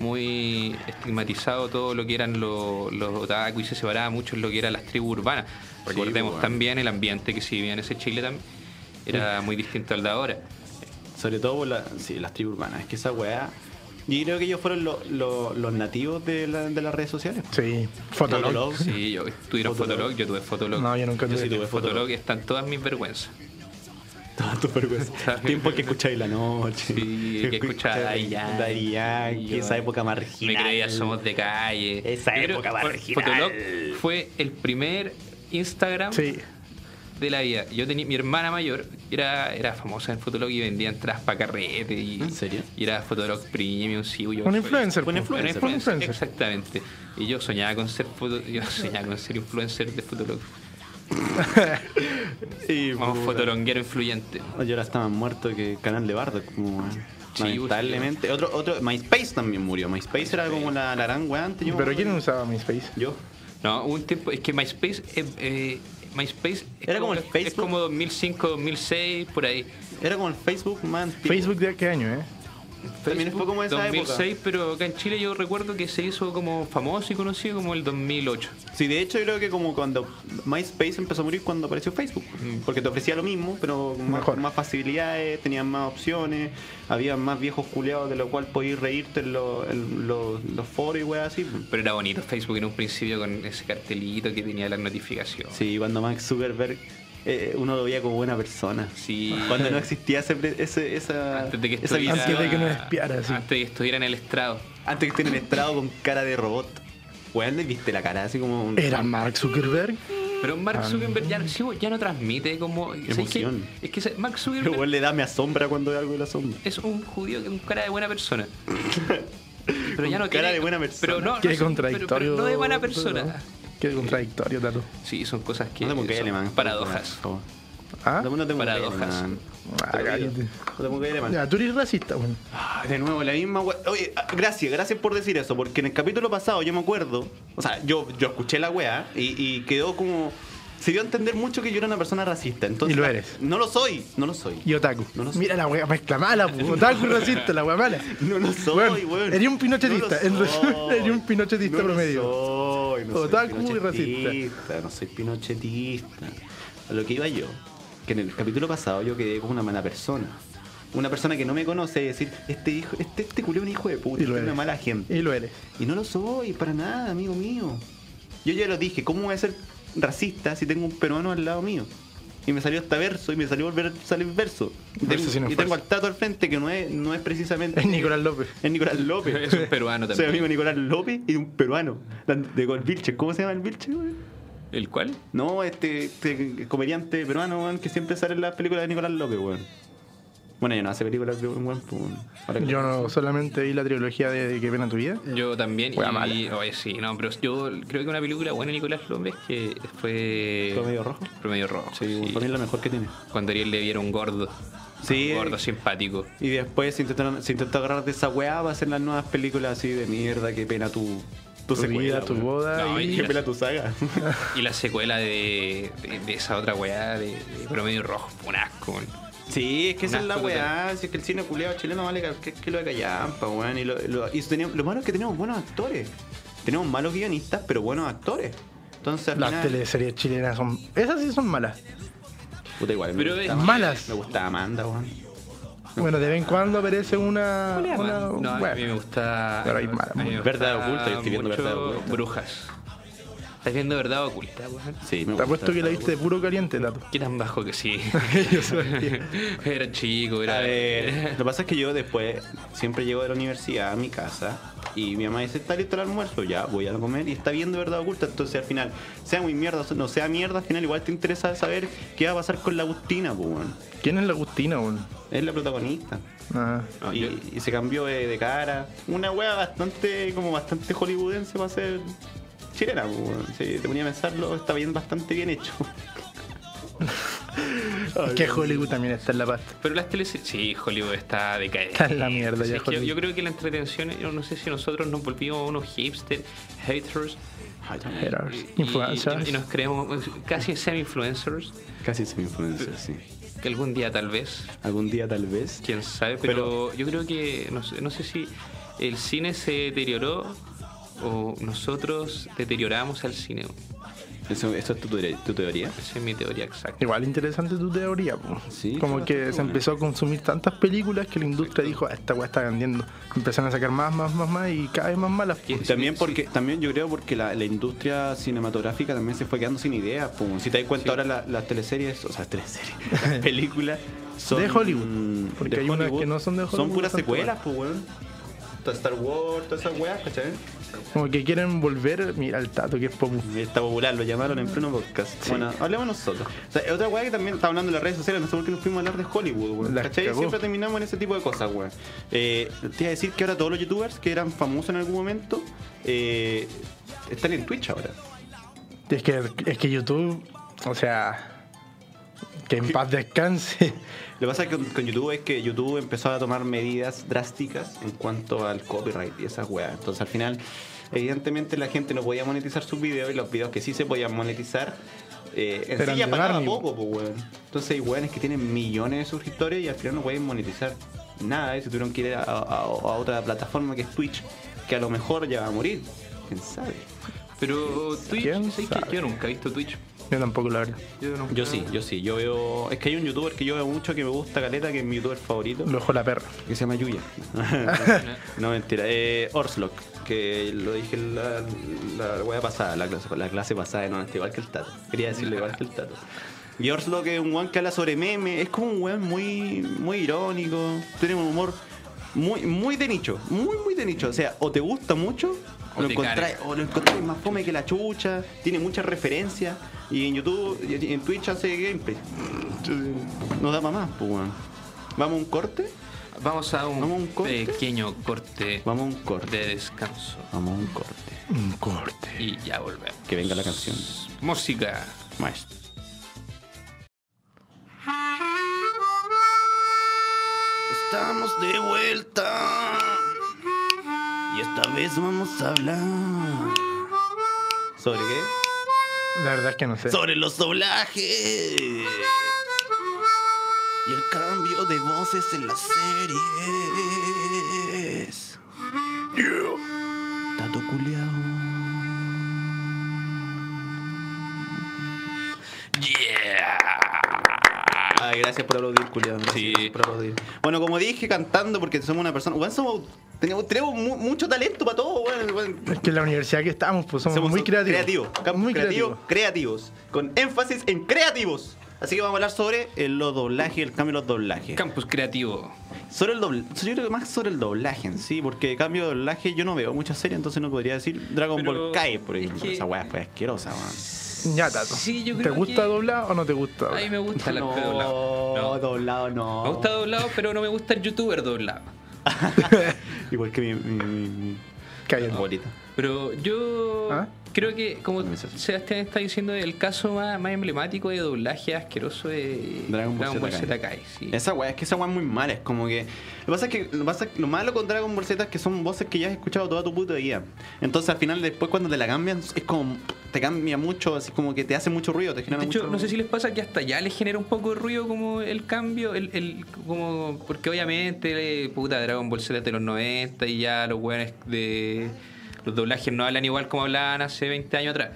S2: Muy estigmatizado todo lo que eran lo- los otaku y se separaba mucho en lo que eran las tribus urbanas. Recordemos
S1: pues, bueno.
S2: también el ambiente que se vivía en ese Chile también era muy distinto al de ahora.
S1: Sobre todo por la- sí, las tribus urbanas. Es que esa weá. Yo creo que ellos fueron lo- lo- los nativos de, la- de las redes sociales.
S3: Sí, Fotolog.
S1: Fotolog.
S2: Sí, yo tuvieron
S1: Oh. Fotolog.
S2: Fotolog, yo tuve Fotolog.
S3: No, yo nunca
S1: Yo sí
S3: tuve.
S1: tuve fotolog.
S2: Fotolog están todas mis vergüenzas.
S1: Todas tus vergüenzas. Tiempo que escucháis la noche.
S2: Sí, que escuchaba Daddy Yankee.
S1: Daddy Yankee,
S2: Yo-
S1: esa época
S2: Me
S1: marginal.
S2: creía somos de calle.
S1: Esa
S2: Yo creo
S1: época
S2: que fue-
S1: marginal.
S2: Fotolog fue el primer Instagram
S3: Sí.
S2: de la vida. Yo tenía mi hermana mayor, era, era famosa en Fotolog y vendía entradas para carrete y,
S1: ¿En serio?
S2: y era Fotolog Premium, sí, yo
S3: Un
S2: soy-
S3: influencer.
S1: Un
S3: po.
S1: influencer.
S2: Era
S3: Un influencer.
S2: Exactamente. Y yo soñaba con ser foto- yo soñaba con ser influencer de Fotolog.
S1: Sí,
S2: Vamos
S1: puta.
S2: fotolonguero influyente.
S1: Yo ahora estaba más muerto que el canal de Bardo, como eh,
S2: Sí,
S1: lamentablemente. Otro, otro, MySpace también murió. MySpace era como la, la gran weá antes. yo me
S3: Pero
S1: acuerdo
S3: ¿quién
S1: que-
S3: usaba MySpace?
S1: Yo.
S2: No, hubo un tiempo, es que MySpace, eh, eh, MySpace es
S1: Era como el
S2: Es
S1: Facebook.
S2: como 2005, 2006, por ahí.
S1: Era como el Facebook man. tipo.
S3: ¿Facebook de qué año, eh?
S1: También fue como esa
S2: 2006, pero acá en Chile yo recuerdo que se hizo como famoso y conocido como el 2008.
S1: Sí, de hecho yo creo que como cuando MySpace empezó a morir cuando apareció Facebook,
S2: Mm.
S1: porque te ofrecía lo mismo, pero con más,
S3: Mejor.
S1: más facilidades, tenían más opciones, había más viejos culeados de lo cual podías reírte en, lo- en los- los foros y weas así.
S2: Pero era bonito Facebook en un principio con ese cartelito que tenía las notificaciones.
S1: Sí, cuando Max Zuckerberg eh, uno lo veía como buena persona.
S2: Sí.
S1: Cuando no existía ese, pre- ese- esa,
S2: Antes de que
S1: esa
S2: estuviera,
S1: visión.
S3: Antes de que nos espiara, sí.
S2: Antes de que estuviera en el estrado.
S1: Antes que estén en el estrado con cara de robot. Weón, le viste la cara así como. un-
S3: ¿Era Mark Zuckerberg?
S2: Pero Mark Zuckerberg ya, sí, ya no transmite como. ¿sabes qué?
S1: Ah. Emoción.
S2: Es que ¿sabes? Mark
S1: Pero
S2: Zuckerberg
S1: weón le da me asombra cuando ve algo de la sombra.
S2: es un judío con cara de buena persona. Pero
S1: Con
S2: ya no
S1: cara
S2: tiene-
S1: de buena persona.
S2: Pero no, no
S3: Qué
S2: sé, pero-
S3: contradictorio.
S2: pero no de buena
S3: Tato.
S2: persona.
S3: Qué contradictorio, Tato.
S2: Sí, son cosas que
S1: No te pongas
S2: son
S1: alemán.
S2: paradojas.
S1: por favor.
S3: ¿Ah?
S1: No te pongas
S2: Paradojas.
S1: alemán.
S3: Ah,
S1: Te lo
S3: cállate.
S1: pido. No te pongas alemán.
S3: Ya, tú eres racista, weón.
S1: Ah, De nuevo, la misma wea. Oye, ah, gracias, gracias por decir eso, porque en el capítulo pasado yo me acuerdo, o sea, yo, yo escuché la wea y, y quedó como. Se dio a entender mucho que yo era una persona racista. Entonces,
S3: Y lo eres.
S1: No lo soy, no lo soy.
S3: Y otaku.
S1: No lo sé.
S3: Mira la wea mezcla mala, pu. otaku y racista, la wea mala.
S1: No lo soy,
S3: Weón,
S1: weón.
S3: eres un pinochetista, en
S1: No lo
S3: resumen,
S1: soy.
S3: eres un pinochetista
S1: No lo
S3: promedio.
S1: soy, no soy
S3: Otaku y
S1: pinochetista, No soy pinochetista. A lo que iba yo, que en el capítulo pasado yo quedé como una mala persona. Una persona que no me conoce y decir, este hijo, este, este culiao es un hijo de puta,
S3: Y lo Eh.
S1: es una
S3: eres.
S1: mala gente.
S3: Y lo eres.
S1: Y no lo soy, para nada, amigo mío. Yo ya lo dije, ¿cómo voy a ser racista si tengo un peruano al lado mío? Y me salió hasta verso, y me salió volver a salir verso. Y
S3: Verso
S1: tengo-
S3: sin
S1: y
S3: esfuerzo.
S1: tengo al tato al frente, que no es, no es precisamente...
S3: Es Nicolás López.
S1: Es Nicolás López.
S2: Es un peruano
S1: Soy
S2: también.
S1: amigo de Nicolás López y de un peruano. De Golvilche. ¿Cómo se llama el Vilche, güey?
S2: ¿El cual?
S1: No, este, este comediante peruano, weón, que siempre sale en las películas de Nicolás López, weón. Bueno, yo no hace películas, weón, weón, pues, weón. Ahora que-
S3: Yo no solamente vi la trilogía de, de Qué pena tu vida.
S2: Yo también.
S3: Wea
S2: y,
S3: mala.
S2: oye, sí, no, pero yo creo que una película buena de Nicolás López que fue.
S1: ¿Promedio Rojo?
S2: Promedio Rojo.
S1: Sí,
S2: sí.
S1: weón, para mí es lo mejor que tiene.
S2: Cuando Ariel le vieron gordo.
S1: Sí,
S2: Un Gordo,
S1: eh.
S2: simpático.
S1: Y después se intentó, se intentó agarrar de esa weá para hacer las nuevas películas así de mierda, qué pena tu, tu,
S3: Tu vida, tu
S1: weón.
S3: boda
S2: No,
S3: y...
S1: Qué pena tu saga.
S2: Y la secuela de, de- de esa otra weá de, de Promedio Rojo. fue Un asco. weón.
S1: Sí, es que esa
S2: Un
S1: es la
S2: asco
S1: weá, si es que el cine culiado chileno vale ca- que, que lo de callampa, weón. Y, lo, lo- y teníamos- lo malo es que tenemos buenos actores. Tenemos malos guionistas, pero buenos actores. Entonces al
S3: Las
S1: final-
S3: teleseries chilenas son... Esas sí son malas.
S1: Puta igual,
S2: Pero
S1: me
S2: es-
S1: gustaba,
S3: malas.
S1: Me gustaba Amanda, weón.
S3: Bueno, de vez en cuando aparece una...
S2: Julia,
S3: una
S2: man. no, a mí me
S3: bueno.
S2: gusta.
S3: Pero hay mala,
S2: a mí me
S1: Verdad
S2: gusta
S1: oculta, yo estoy viendo
S2: mucho
S1: verdad oculta.
S2: Brujas. ¿Estás viendo verdad oculta, weón?
S1: Sí, me
S3: Te
S1: gusta.
S3: apuesto que la viste de puro caliente, Tato.
S2: Qué tan bajo que sí.
S3: Yo sabía.
S2: era chico, era.
S1: A ver, lo que pasa es que yo después siempre llego de la universidad a mi casa y mi mamá dice, está listo el almuerzo, ya voy a comer y está viendo verdad oculta, entonces al final, sea muy mierda, o no sea mierda, al final igual te interesa saber qué va a pasar con la Agustina, pues, weón.
S3: ¿Quién es la Agustina, weón?
S1: Es la protagonista.
S3: Ah.
S2: No,
S1: y,
S2: yo-
S1: y se cambió de, de cara. Una wea bastante, como bastante hollywoodense para ser chilena, pues, weón. Si te ponía a pensarlo, está bien bastante bien hecho.
S3: Es que Hollywood también está en la pasta.
S2: Pero las teles. Sí, Hollywood está decaída.
S3: Está en la mierda
S2: Sí,
S3: ya,
S2: es que yo,
S3: Hollywood.
S2: yo creo que la entretención, yo no sé si nosotros nos volvimos unos hipsters, haters,
S1: Ay, ya.
S3: Haters,
S2: y- y-
S3: influencers.
S2: y, nos creemos casi semi-influencers,
S1: Casi se me influencia, sí.
S2: que algún día tal vez,
S1: Algún día tal vez.
S2: quién sabe, pero, yo creo que, no, sé- no sé si el cine se deterioró o nosotros deterioramos al cine.
S1: ¿Eso, eso es tu, teoría- tu teoría?
S2: Esa es mi teoría exacta.
S3: Igual interesante tu teoría, po.
S1: Sí,
S3: Como
S1: está
S3: que
S1: bastante
S3: se
S1: buena.
S3: empezó a consumir tantas películas que la industria dijo, "Ah, esta weá está vendiendo. Empezaron a sacar más, más, más, más y cada vez más malas.
S2: Y-
S1: También
S2: sí,
S1: porque también yo creo porque la, la industria cinematográfica también se fue quedando sin ideas. pum. Si te das cuenta ahora la- las teleseries, o sea, las teleseries, las películas son
S3: De Hollywood,
S1: mm,
S3: porque hay unas que no son de
S1: Son
S3: Hollywood,
S1: puras
S3: son
S1: secuelas, pues, weón. Toda Star Wars, todas esas weas, ¿cachai?
S3: Como que quieren volver, mira el tato que es popu.
S1: Está popular, lo llamaron en pleno podcast. Bueno, hablemos nosotros. O sea, otra weá que también está hablando en las redes sociales, no sé por qué nos fuimos a hablar de Hollywood, weón.
S3: Las
S1: ¿Cachai?
S3: cagó.
S1: Siempre terminamos en ese tipo de cosas, weón. Eh, te iba a decir que ahora todos los youtubers que eran famosos en algún momento eh, están en Twitch ahora.
S3: Es que, es que YouTube, o sea, que en paz descanse.
S1: Lo que pasa con, con YouTube es que YouTube empezó a tomar medidas drásticas en cuanto al copyright y esas weas. Entonces al final, evidentemente la gente no podía monetizar sus videos y los videos que sí se podían monetizar, eh, en
S3: Eran
S1: sí ya
S3: de
S1: pagaba
S3: Barney.
S1: poco, pues weón. Entonces hay weones que tienen millones de suscriptores y al final no pueden monetizar nada y se tuvieron que ir a, a- a- a otra plataforma que es Twitch, que a lo mejor ya va a morir. ¿Quién sabe?
S2: Pero Twitch,
S3: ¿Quién
S2: ¿sabes qué?
S3: sabe?
S2: Yo nunca he visto Twitch.
S3: Yo tampoco la verdad.
S2: Yo, nunca-
S1: Yo sí, yo sí. Yo veo... Es que hay un youtuber que yo veo mucho que me gusta, Caleta, que es mi youtuber favorito.
S3: Lo dejó la perra.
S1: que se llama Yuya. no, mentira. Eh, Orslock, que lo dije la, la wea pasada, la clase, la clase pasada, no, este, igual que el Tato. Quería decirlo igual que el Tato. Y Orslock es un weón que habla sobre meme, es como un weón muy, muy irónico, tiene un humor muy, muy de nicho, muy, muy de nicho. O sea, o te gusta mucho Lo
S2: Boticario.
S1: encontráis, o lo encontráis más fome que la chucha, tiene muchas referencias. Y en YouTube, y en Twitch hace gameplay. No da para más, pues, weón. ¿Vamos a un corte?
S2: Vamos a un,
S1: ¿Vamos a un corte?
S2: pequeño corte
S1: Vamos a un corte.
S2: de descanso.
S1: Vamos a un corte.
S3: Un corte.
S2: Y ya volvemos.
S1: Que venga la canción.
S2: Música.
S1: Maestro. Estamos de vuelta. Y esta vez vamos a hablar. ¿Sobre qué?
S3: La verdad es que no sé.
S1: Sobre los doblajes. Y el cambio de voces en las series. Tato culiao. Ay, gracias por aplaudir, Julián.
S2: Sí.
S1: Por aplaudir. Bueno, como dije, cantando, porque somos una persona. Weón, somos. Tenemos, tenemos mu- mucho talento para todo, weón. weón.
S3: Es que en la universidad que estamos, pues somos, muy creativos.
S1: Campus
S3: Muy
S1: creativo,
S3: creativos.
S1: creativos. Con énfasis en creativos. Así que vamos a hablar sobre eh, los doblajes, el cambio de los doblajes.
S2: Campus creativo.
S1: sobre el dobl- Yo creo que más sobre el doblaje en sí, porque cambio de doblaje yo no veo muchas series, entonces no podría decir Dragon
S2: Pero
S1: Ball Kai, por
S2: es
S1: ejemplo.
S2: que-
S1: Esa weá fue asquerosa, weón.
S3: Ya, Tato.
S2: Sí, yo
S3: ¿Te
S2: creo
S3: gusta
S2: que-
S3: doblar o no te gusta
S2: A mí
S3: doblar?
S2: me gusta la
S1: no,
S2: doblado. No.
S1: doblado no.
S2: Me gusta doblado, pero no me gusta el youtuber doblado.
S1: Igual que mi, mi, mi- mi
S3: Cállate.
S1: abuelita.
S2: Pero yo
S3: ¿Ah?
S2: creo que, como
S1: No me sé.
S2: Sebastián está diciendo, el caso más, más emblemático de doblaje asqueroso de
S1: Dragon Ball Z
S2: Z
S1: Kai.
S2: Kai. sí.
S1: Esa weá, es que esa weá es muy mala, es como que. Lo que pasa es que lo, pasa- lo malo con Dragon Ball Z es que son voces que ya has escuchado toda tu puta vida. Entonces al final después cuando te la cambian, es como. te cambia mucho, así como que te hace mucho ruido, te genera
S2: De hecho,
S1: mucho
S2: no sé si les pasa que hasta ya les genera un poco de ruido como el cambio, el, el- como porque obviamente, eh, puta, Dragon Ball Z de los 90 y ya los weones de los doblajes no hablan igual como hablaban hace 20 años atrás.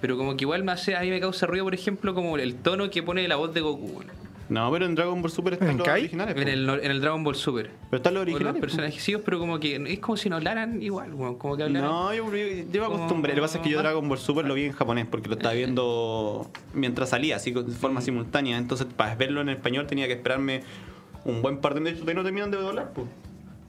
S2: Pero como que igual me hace, a mí me causa ruido, por ejemplo, como el tono que pone la voz de Goku. bueno.
S1: No, pero en Dragon Ball Super están
S3: ¿En
S1: los
S3: Kai?
S1: originales.
S2: En
S1: po.
S2: el, en el Dragon Ball Super.
S1: Pero están los
S2: O Los
S1: originales. pues. po.
S2: personajes, sí, pero como que es como si no hablaran igual, weón, como que hablaran.
S1: No, yo, yo- yo me
S2: Como-
S1: acostumbré. Lo que pasa es que yo Dragon Ball Super lo vi en japonés porque lo estaba viendo mientras salía, así de forma
S2: Mm.
S1: simultánea. Entonces, para verlo en español tenía que esperarme un buen par de meses. Todavía no terminan de doblar, pues.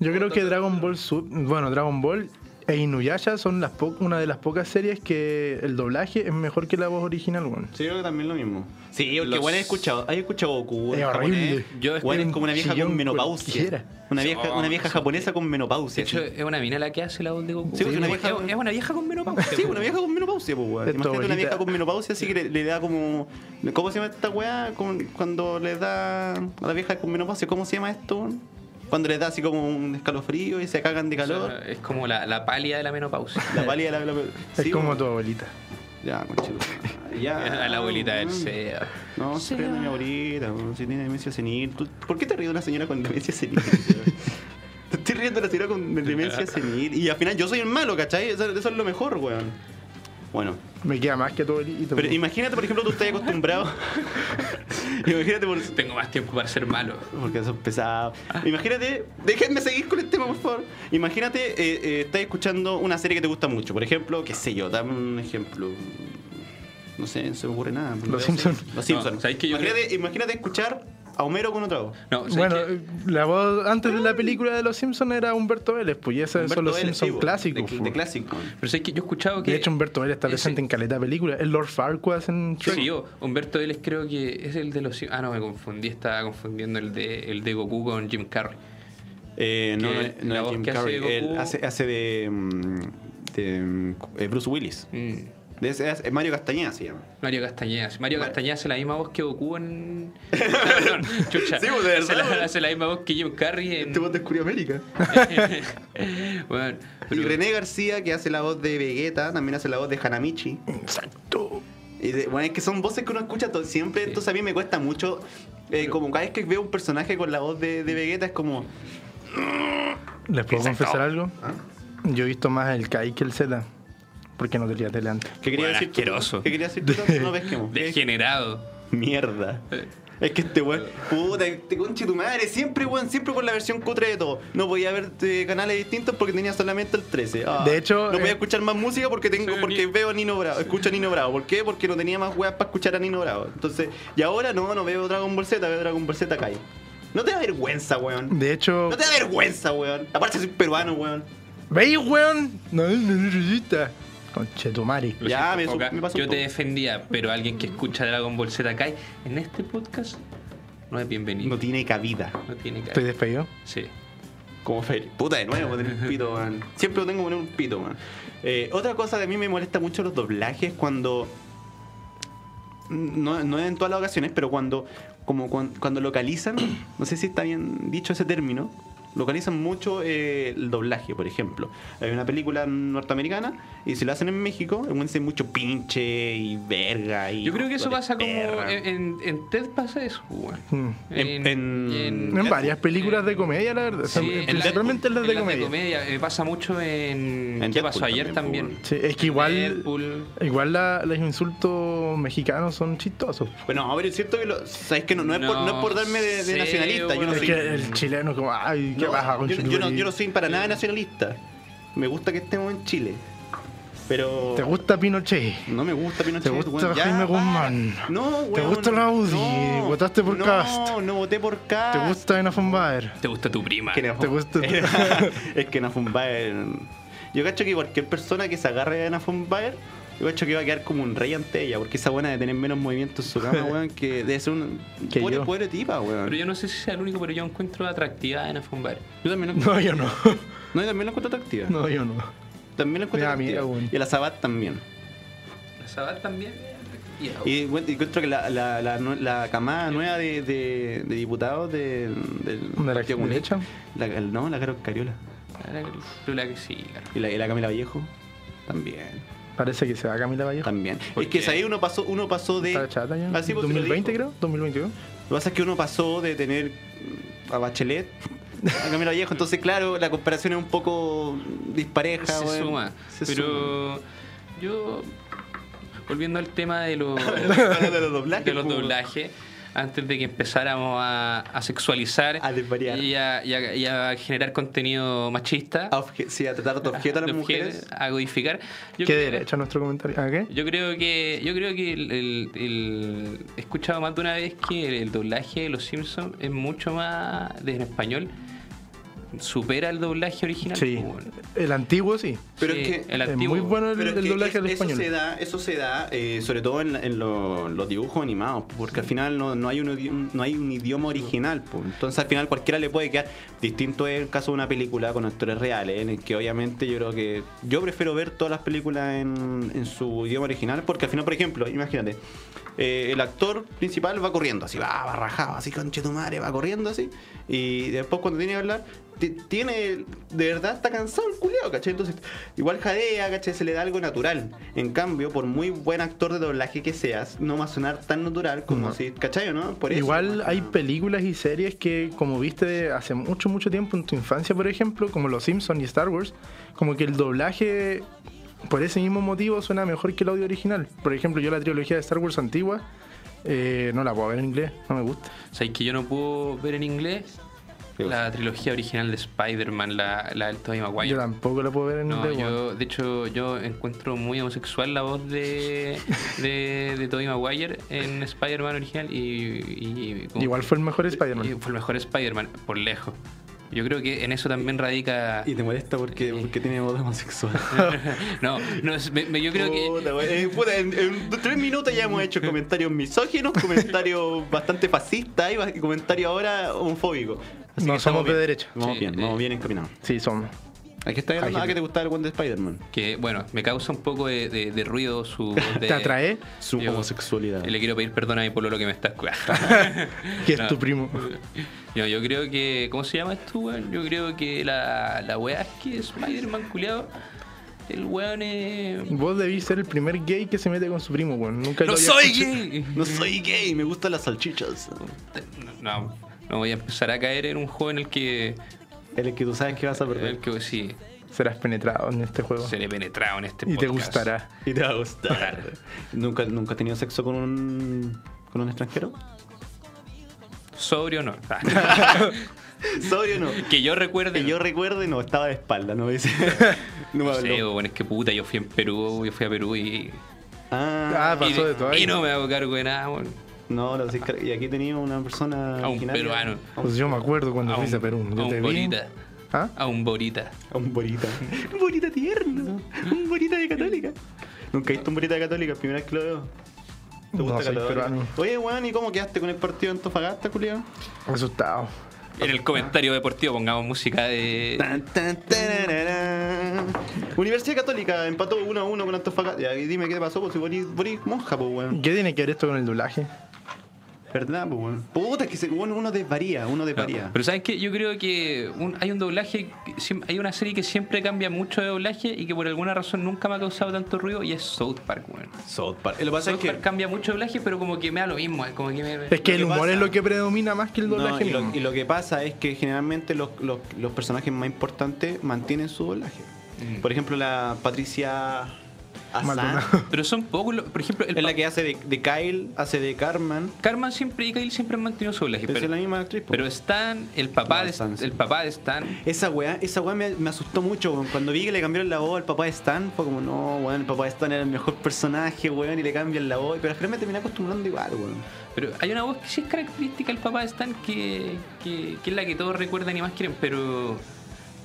S3: Yo creo que Dragon Ball Sub, bueno, Dragon Ball e Inuyasha son las po- una de las pocas series que el doblaje es mejor que la voz original, weón.
S1: Sí, yo creo que también lo mismo. Sí, porque
S2: Los-
S1: bueno, he escuchado, he escuchado Goku.
S3: Es
S1: en
S3: horrible.
S1: japonés.
S2: Yo
S1: Bueno, es
S3: escuché
S1: como una vieja
S3: un
S1: con
S3: chillón
S1: menopausia.
S3: cualquiera.
S1: Una vieja,
S2: No,
S1: una vieja
S2: sí.
S1: japonesa con
S2: De
S1: menopausia.
S2: hecho,
S1: sí.
S2: es una mina la que hace la voz de Goku.
S1: Sí, porque una
S2: es,
S1: vieja-
S2: es una vieja con menopausia.
S1: Sí,
S2: weón.
S1: una vieja con menopausia, pues, weón.
S3: Es tu
S1: Imagínate una
S3: abuelita.
S1: vieja con menopausia, así que le, le da como. ¿Cómo se llama esta weá? Con- Cuando le da. A la vieja con menopausia, ¿cómo se llama esto? Cuando le da así como un escalofrío y se cagan de
S2: O sea,
S1: calor.
S2: es como la, la pálida de la menopausia.
S1: la pálida la. la
S3: Es
S1: sí,
S3: como
S1: weón.
S3: tu abuelita.
S1: Ya, conchito. Ya.
S2: A la abuelita del
S1: weón.
S2: CEO.
S1: No, se ríe de mi abuelita, weón, si tiene demencia senil. ¿Tú- ¿Por qué te ríes de una señora con demencia senil? te estoy riendo de la señora con demencia senil. Y al final yo soy el malo, ¿cachai? Eso, eso es lo mejor, weón. Bueno,
S3: Me queda más que tu abuelita.
S1: pero
S3: weón.
S1: imagínate, por ejemplo, tú estás acostumbrado. imagínate, por,
S2: Tengo más tiempo para ser malo.
S1: porque eso es pesado. Imagínate, déjenme seguir con el tema, por favor. Imagínate, eh, eh, estás escuchando una serie que te gusta mucho. Por ejemplo, qué sé yo, dame un ejemplo. No sé, no se me ocurre nada. No veo
S3: Simpson.
S1: series. Los Simpsons.
S2: No, ¿sabes qué? Yo
S1: imagínate, imagínate escuchar a Homero con otra voz.
S2: No, o sea,
S3: bueno,
S2: es que-
S3: la voz antes de la película de Los Simpsons era Humberto Vélez, pues y esos
S1: Humberto
S3: son los
S1: Vélez, sí,
S3: Simpsons
S1: bo,
S3: clásicos.
S1: De,
S3: pues.
S1: de clásico.
S2: pero sé que yo he escuchado que.
S3: De hecho, Humberto Vélez está
S2: ese-
S3: presente en caleta de película. El Lord Farquaad en Shrek.
S2: Sí, yo, Humberto Vélez creo que es el de los. Ah, no, me confundí, estaba confundiendo el de, el de Goku con Jim Carrey.
S1: Eh, no,
S2: Que
S1: no,
S2: la
S1: es
S2: voz
S1: Jim
S2: que hace
S1: Carrey. Él
S2: Goku-
S1: hace, hace de, mm, de, mm, eh, Bruce Willis.
S2: Mm.
S1: De ese- es Mario Castañeda se llama.
S2: Mario Castañeda. Mario
S1: Bueno.
S2: Castañeda hace la misma voz que Goku en. Perdón, chucha.
S1: Sí, pues, de
S2: Hace
S1: verdad,
S2: la,
S1: bueno.
S2: hace la misma voz que Jim Carrey
S3: Este
S2: en.
S1: descubrió América.
S2: bueno,
S1: Y
S2: pero-
S1: René García, que hace la voz de Vegeta, también hace la voz de Hanamichi.
S3: Exacto.
S1: Y de- bueno, es que son voces que uno escucha to- siempre, entonces a mí me cuesta mucho. eh, como cada vez que veo un personaje con la voz de, de Vegeta, es como.
S3: ¿Les puedo confesar algo?
S1: ¿Ah?
S3: Yo he visto más el Kai que el Z. Porque no tenía tele antes.
S1: ¿Qué quería
S2: Bueno,
S1: decir? tú?
S2: asqueroso.
S1: ¿Qué quería decir? tú? No pesquemos.
S2: Degenerado.
S1: Mierda. Es que este weón, puta, este conche tu madre, siempre weón, siempre con la versión cutre de todo. No podía ver eh, canales distintos porque tenía solamente el 13. Ah,
S3: De hecho,
S1: no podía
S3: eh,
S1: escuchar más música porque tengo
S2: Sí,
S1: porque
S2: ni-
S1: veo a Nino Bravo, escucho a Nino Bravo. ¿Por qué? Porque no tenía más weas para escuchar a Nino Bravo. Entonces, y ahora no, no veo Dragon Ball Z, veo Dragon Ball Z Kai. No te da vergüenza, weón.
S3: De hecho,
S1: No te da vergüenza, weón. Aparte soy peruano, weón.
S3: ¿Veis, weón? No es necesita. Conchetumari.
S2: Lo
S1: Ya,
S2: siento,
S1: me su-
S2: Foca,
S1: me pasó un
S2: Yo te
S1: poco.
S2: defendía, pero alguien que escucha Dragon Ball Z Kai en este podcast no es bienvenido.
S1: No tiene cabida.
S2: No tiene cara.
S3: Estoy despedido.
S2: Sí.
S1: Como Feli. Puta, de nuevo tener un pito, man. Siempre lo tengo que poner un pito, man. Eh, otra cosa que a mí me molesta mucho los doblajes cuando. No, no en todas las ocasiones, pero cuando, como cuan- cuando, localizan, no sé si está bien dicho ese término, localizan mucho eh, el doblaje, por ejemplo. Hay una película norteamericana y si lo hacen en México, el güey dice mucho pinche y verga. Y
S2: Yo creo que eso
S1: hijo de
S2: pasa como.
S1: perra.
S2: En, en- en TED pasa eso, weón.
S3: Mm.
S1: En- en-
S3: En varias películas de comedia, la verdad.
S2: eh, Sí, en la-
S3: Principalmente en las de
S2: en
S3: comedia.
S2: Eh, pasa mucho en.
S1: En Deadpool
S2: ¿Qué pasó ayer
S1: también,
S2: también? pues,
S3: Sí, es que igual.
S2: Deadpool.
S3: Igual la- los insultos mexicanos son chistosos.
S1: Bueno, a ver, es cierto que lo, sabes que no, no es, por, no es por darme de, de
S2: No
S1: nacionalista,
S2: sé,
S1: yo no
S2: weón.
S3: Es
S1: soy
S3: que el chileno, como, ay, qué
S1: No,
S3: baja con Eh.
S1: yo, yo no, yo no soy para nada nacionalista. Me gusta que estemos en Chile. Pero.
S3: ¿Te gusta Pinochet?
S1: No me gusta Pinochet.
S3: ¿Te gusta
S1: weón. Ya, para.
S3: Jaime Guzmán?
S1: No, weón.
S3: ¿Te gusta la Audi?
S1: No,
S3: ¿Votaste por
S1: no,
S3: Kast?
S1: No, voté por Cast.
S3: ¿Te gusta Enafon Baer?
S2: ¿Te gusta tu prima?
S3: ¿Te gusta tu-
S1: es que Nafumbaer. Yo cacho que cualquier persona que se agarre a Nafumbaer, yo cacho que va a quedar como un rey ante ella. Porque esa buena de tener menos movimiento en su cama, weón, que debe ser un.
S3: Que
S1: pobre,
S3: yo.
S1: pobre tipa, weón.
S2: Pero yo no sé si sea el único, pero yo encuentro atractiva en Afumbar.
S1: Yo también la encuentro-
S3: No, yo no.
S1: No, yo también la encuentro atractiva.
S3: No, yo no.
S1: También la encuentro
S3: Me da miedo,
S1: atractiva.
S3: weón.
S1: Y a la Sabat también.
S2: La Sabat también es atractiva. weón.
S1: Y encuent- encuentro que la, la, la, nue- la camada nueva de, de, de diputados de, del
S3: ¿De la
S1: Partido
S3: derecha?
S1: Comunista, la- el- no, la Caro Cariola.
S2: Ahora que- pero la que sí, claro.
S1: Y la, y la Camila Vallejo. También.
S3: Parece que se va Camila Vallejo.
S1: También.
S2: ¿Por
S1: Es que
S2: qué?
S1: ahí uno pasó, uno pasó de. Ah,
S3: Está chata ya.
S1: Así porque lo
S3: 2020
S1: dijo.
S3: creo, 2021.
S1: Lo que pasa es que uno pasó de tener a Bachelet a Camila Vallejo. Entonces, claro, la comparación es un poco dispareja.
S2: se
S1: weón.
S2: suma.
S1: Ah, Se suma.
S2: pero yo, volviendo al tema de los,
S1: de los doblajes.
S2: de los
S1: pues.
S2: doblajes, antes de que empezáramos a, a sexualizar
S1: A desvariar.
S2: y, a, y a- y a generar contenido machista,
S1: A obje- sí, a tratar de objeto a las
S2: de
S1: mujeres.
S2: objetos, a codificar. Yo
S3: ¿Qué
S2: creo-
S3: derecha nuestro comentario? ¿Ah, qué?
S2: Yo creo que, yo creo que el, el- el- he escuchado más de una vez que el, el doblaje de Los Simpsons es mucho más, desde en español, supera el doblaje original.
S3: Sí.
S2: pues, bueno.
S3: El antiguo sí.
S1: Pero
S2: Sí,
S1: es que-
S2: el
S3: Es
S2: antiguo.
S3: muy bueno el,
S1: Pero es
S3: el
S1: que
S3: doblaje
S1: es-
S3: al
S1: eso
S3: español.
S1: se da, eso se da eh, sobre todo en, la- en lo- los dibujos animados, porque al final no, no hay, un, idi- no hay un idioma original. po. Entonces al final cualquiera le puede quedar. Distinto es el caso de una película con actores reales, en el que obviamente yo creo que yo prefiero ver todas las películas en, en su idioma original, porque al final, por ejemplo, imagínate, eh, el actor principal va corriendo así, va, va rajado, así, conche tu madre, va corriendo así, y después cuando tiene que hablar, ti- tiene, de verdad está cansado el culiao, ¿cachai? Entonces, igual jadea, ¿cachai? Se le da algo natural. En cambio, por muy buen actor de doblaje que seas, no va a sonar tan natural como
S3: No.
S1: si, ¿cachai? o ¿no? Por eso,
S3: Igual
S1: más que
S3: hay
S1: nada.
S3: películas y series que, como viste hace mucho, mucho tiempo en tu infancia, por ejemplo, como Los Simpsons y Star Wars, como que el doblaje, por ese mismo motivo, suena mejor que el audio original. Por ejemplo, yo la trilogía de Star Wars antigua, eh, no la puedo ver en inglés, no me gusta.
S2: O sea, es que yo no puedo ver en inglés
S1: ¿Qué
S2: la trilogía original de Spider-Man, la, la del Tobey Maguire.
S3: Yo tampoco la puedo ver en
S2: No,
S3: inglés. weón.
S2: yo, de hecho, yo encuentro muy homosexual la voz de, de, de Tobey Maguire en Spider-Man original y, y- y como-
S3: Igual fue el mejor Spider-Man.
S2: y fue el mejor Spider-Man, por lejos. Yo creo que en eso también radica...
S1: Y te molesta porque, porque tiene voz de homosexual.
S2: No, no es- me- me- yo creo que...
S1: Puta, wey. Eh, puta, en, en tres minutos ya hemos hecho comentarios misóginos, comentarios bastante fascistas y ba- y comentarios ahora homofóbicos. Así
S3: No
S1: que
S3: somos
S1: estamos
S3: de
S1: bien.
S3: derecha.
S1: Vamos
S2: Sí,
S1: bien,
S2: eh.
S1: vamos bien encaminados.
S3: Sí, somos.
S1: Aquí está
S3: Hay
S1: nada
S3: gente.
S1: que te gustaba el one de Spider-Man.
S2: Que, bueno, me causa un poco de, de- de ruido su... voz de-
S3: ¿Te atrae?
S1: Su
S2: Yo-
S1: homosexualidad.
S2: Y le quiero pedir perdón a mi pololo que me está escuchando.
S3: Que es
S2: No.
S3: tu primo.
S2: No, yo creo que. ¿Cómo se llama esto, weón? Yo creo que la, la weá es que Spider-Man culiado. El weón es.
S3: Vos debís ser el primer gay que se mete con su primo, weón. Nunca lo
S2: ¡No
S3: había
S2: soy
S3: escuchado.
S2: gay!
S1: No soy gay, me gustan las salchichas.
S2: No, no voy a empezar a caer en un juego en el que.
S1: El que tú sabes que vas a
S2: En el
S1: perder.
S2: que sí,
S3: Serás penetrado en este juego.
S2: seré penetrado en este
S3: Y te
S2: podcast.
S3: gustará.
S1: Y te va a gustar. ¿Nunca, ¿Nunca has tenido sexo con un, con un extranjero?
S2: Sobrio no. Ah,
S1: Sobrio no.
S2: que yo recuerde.
S1: Que yo recuerde, no, estaba de espalda, no dice. No me
S2: no sé,
S1: habló.
S2: weón, es que puta, yo fui en Perú, yo fui a Perú y.
S3: Ah,
S2: y,
S3: pasó de todo ahí.
S2: y no me hago cargo de nada, weón.
S1: No, lo sé, y aquí tenía una persona
S2: A Ah, un
S1: originaria.
S2: peruano.
S3: Pues yo me acuerdo cuando
S2: A
S3: fuiste
S2: un-
S3: a Perú.
S2: a
S3: Yo
S2: un
S3: te vi.
S2: bolita.
S3: ¿Ah?
S2: a un borita.
S1: A un borita. un borita tierno. Un borita de católica. Nunca he visto un borita de católica, primera vez que lo veo. ¿Te
S3: No,
S1: gusta
S3: soy
S1: Católica?
S3: peruano.
S1: Oye, weón, ¿y cómo quedaste con el partido de Antofagasta, culiao?
S3: Asustado.
S2: En
S3: Ah.
S2: el comentario deportivo pongamos música de.
S1: Tan, tan, tararara. Universidad Católica empató 1 a 1 con Antofagasta. Ya, y dime qué te pasó, pues si morís monja, pues weón.
S3: ¿Qué tiene que ver esto con el doblaje?
S1: ¿Verdad, pues weón? Puta, que se, bueno, uno desvaría, uno desvaría.
S2: Pero ¿sabes qué? Yo creo que un- hay un doblaje, que siem- hay una serie que siempre cambia mucho de doblaje y que por alguna razón nunca me ha causado tanto ruido y es South Park, weón.
S1: South Park. Lo que pasa
S2: South
S1: es que.
S2: Park cambia mucho de doblaje, pero como que me da lo mismo, es como que me...
S3: Es que
S1: Lo
S3: el
S1: que
S3: humor es
S1: pasa-
S3: lo que predomina más que el
S1: No,
S3: doblaje.
S1: y, lo,
S3: mismo.
S1: y lo que pasa es que generalmente los, los- los personajes más importantes mantienen su doblaje.
S2: Mm.
S1: Por ejemplo, la Patricia Azán
S3: Maldonado.
S2: Pero son pocos, los- por ejemplo, el
S1: es la
S2: pa-
S1: que hace de, de Kyle, hace de Carmen.
S2: Carmen siempre y Kyle siempre han mantenido su doblaje,
S1: Pero, es
S2: pero,
S1: la misma actriz. po.
S2: pero Stan, el papá,
S1: No,
S2: de,
S1: Stan, sí.
S2: el papá de Stan,
S1: Esa weá, esa weá me, me asustó mucho, weón. Cuando vi que le cambiaron la voz al papá de Stan, fue como, no, weón, el papá de Stan era el mejor personaje, weón, y le cambian la voz. Pero al final me terminé acostumbrando igual, weón.
S2: pero hay una voz que sí es característica del papá de Stan que, que, que es la que todos recuerdan y más quieren, pero,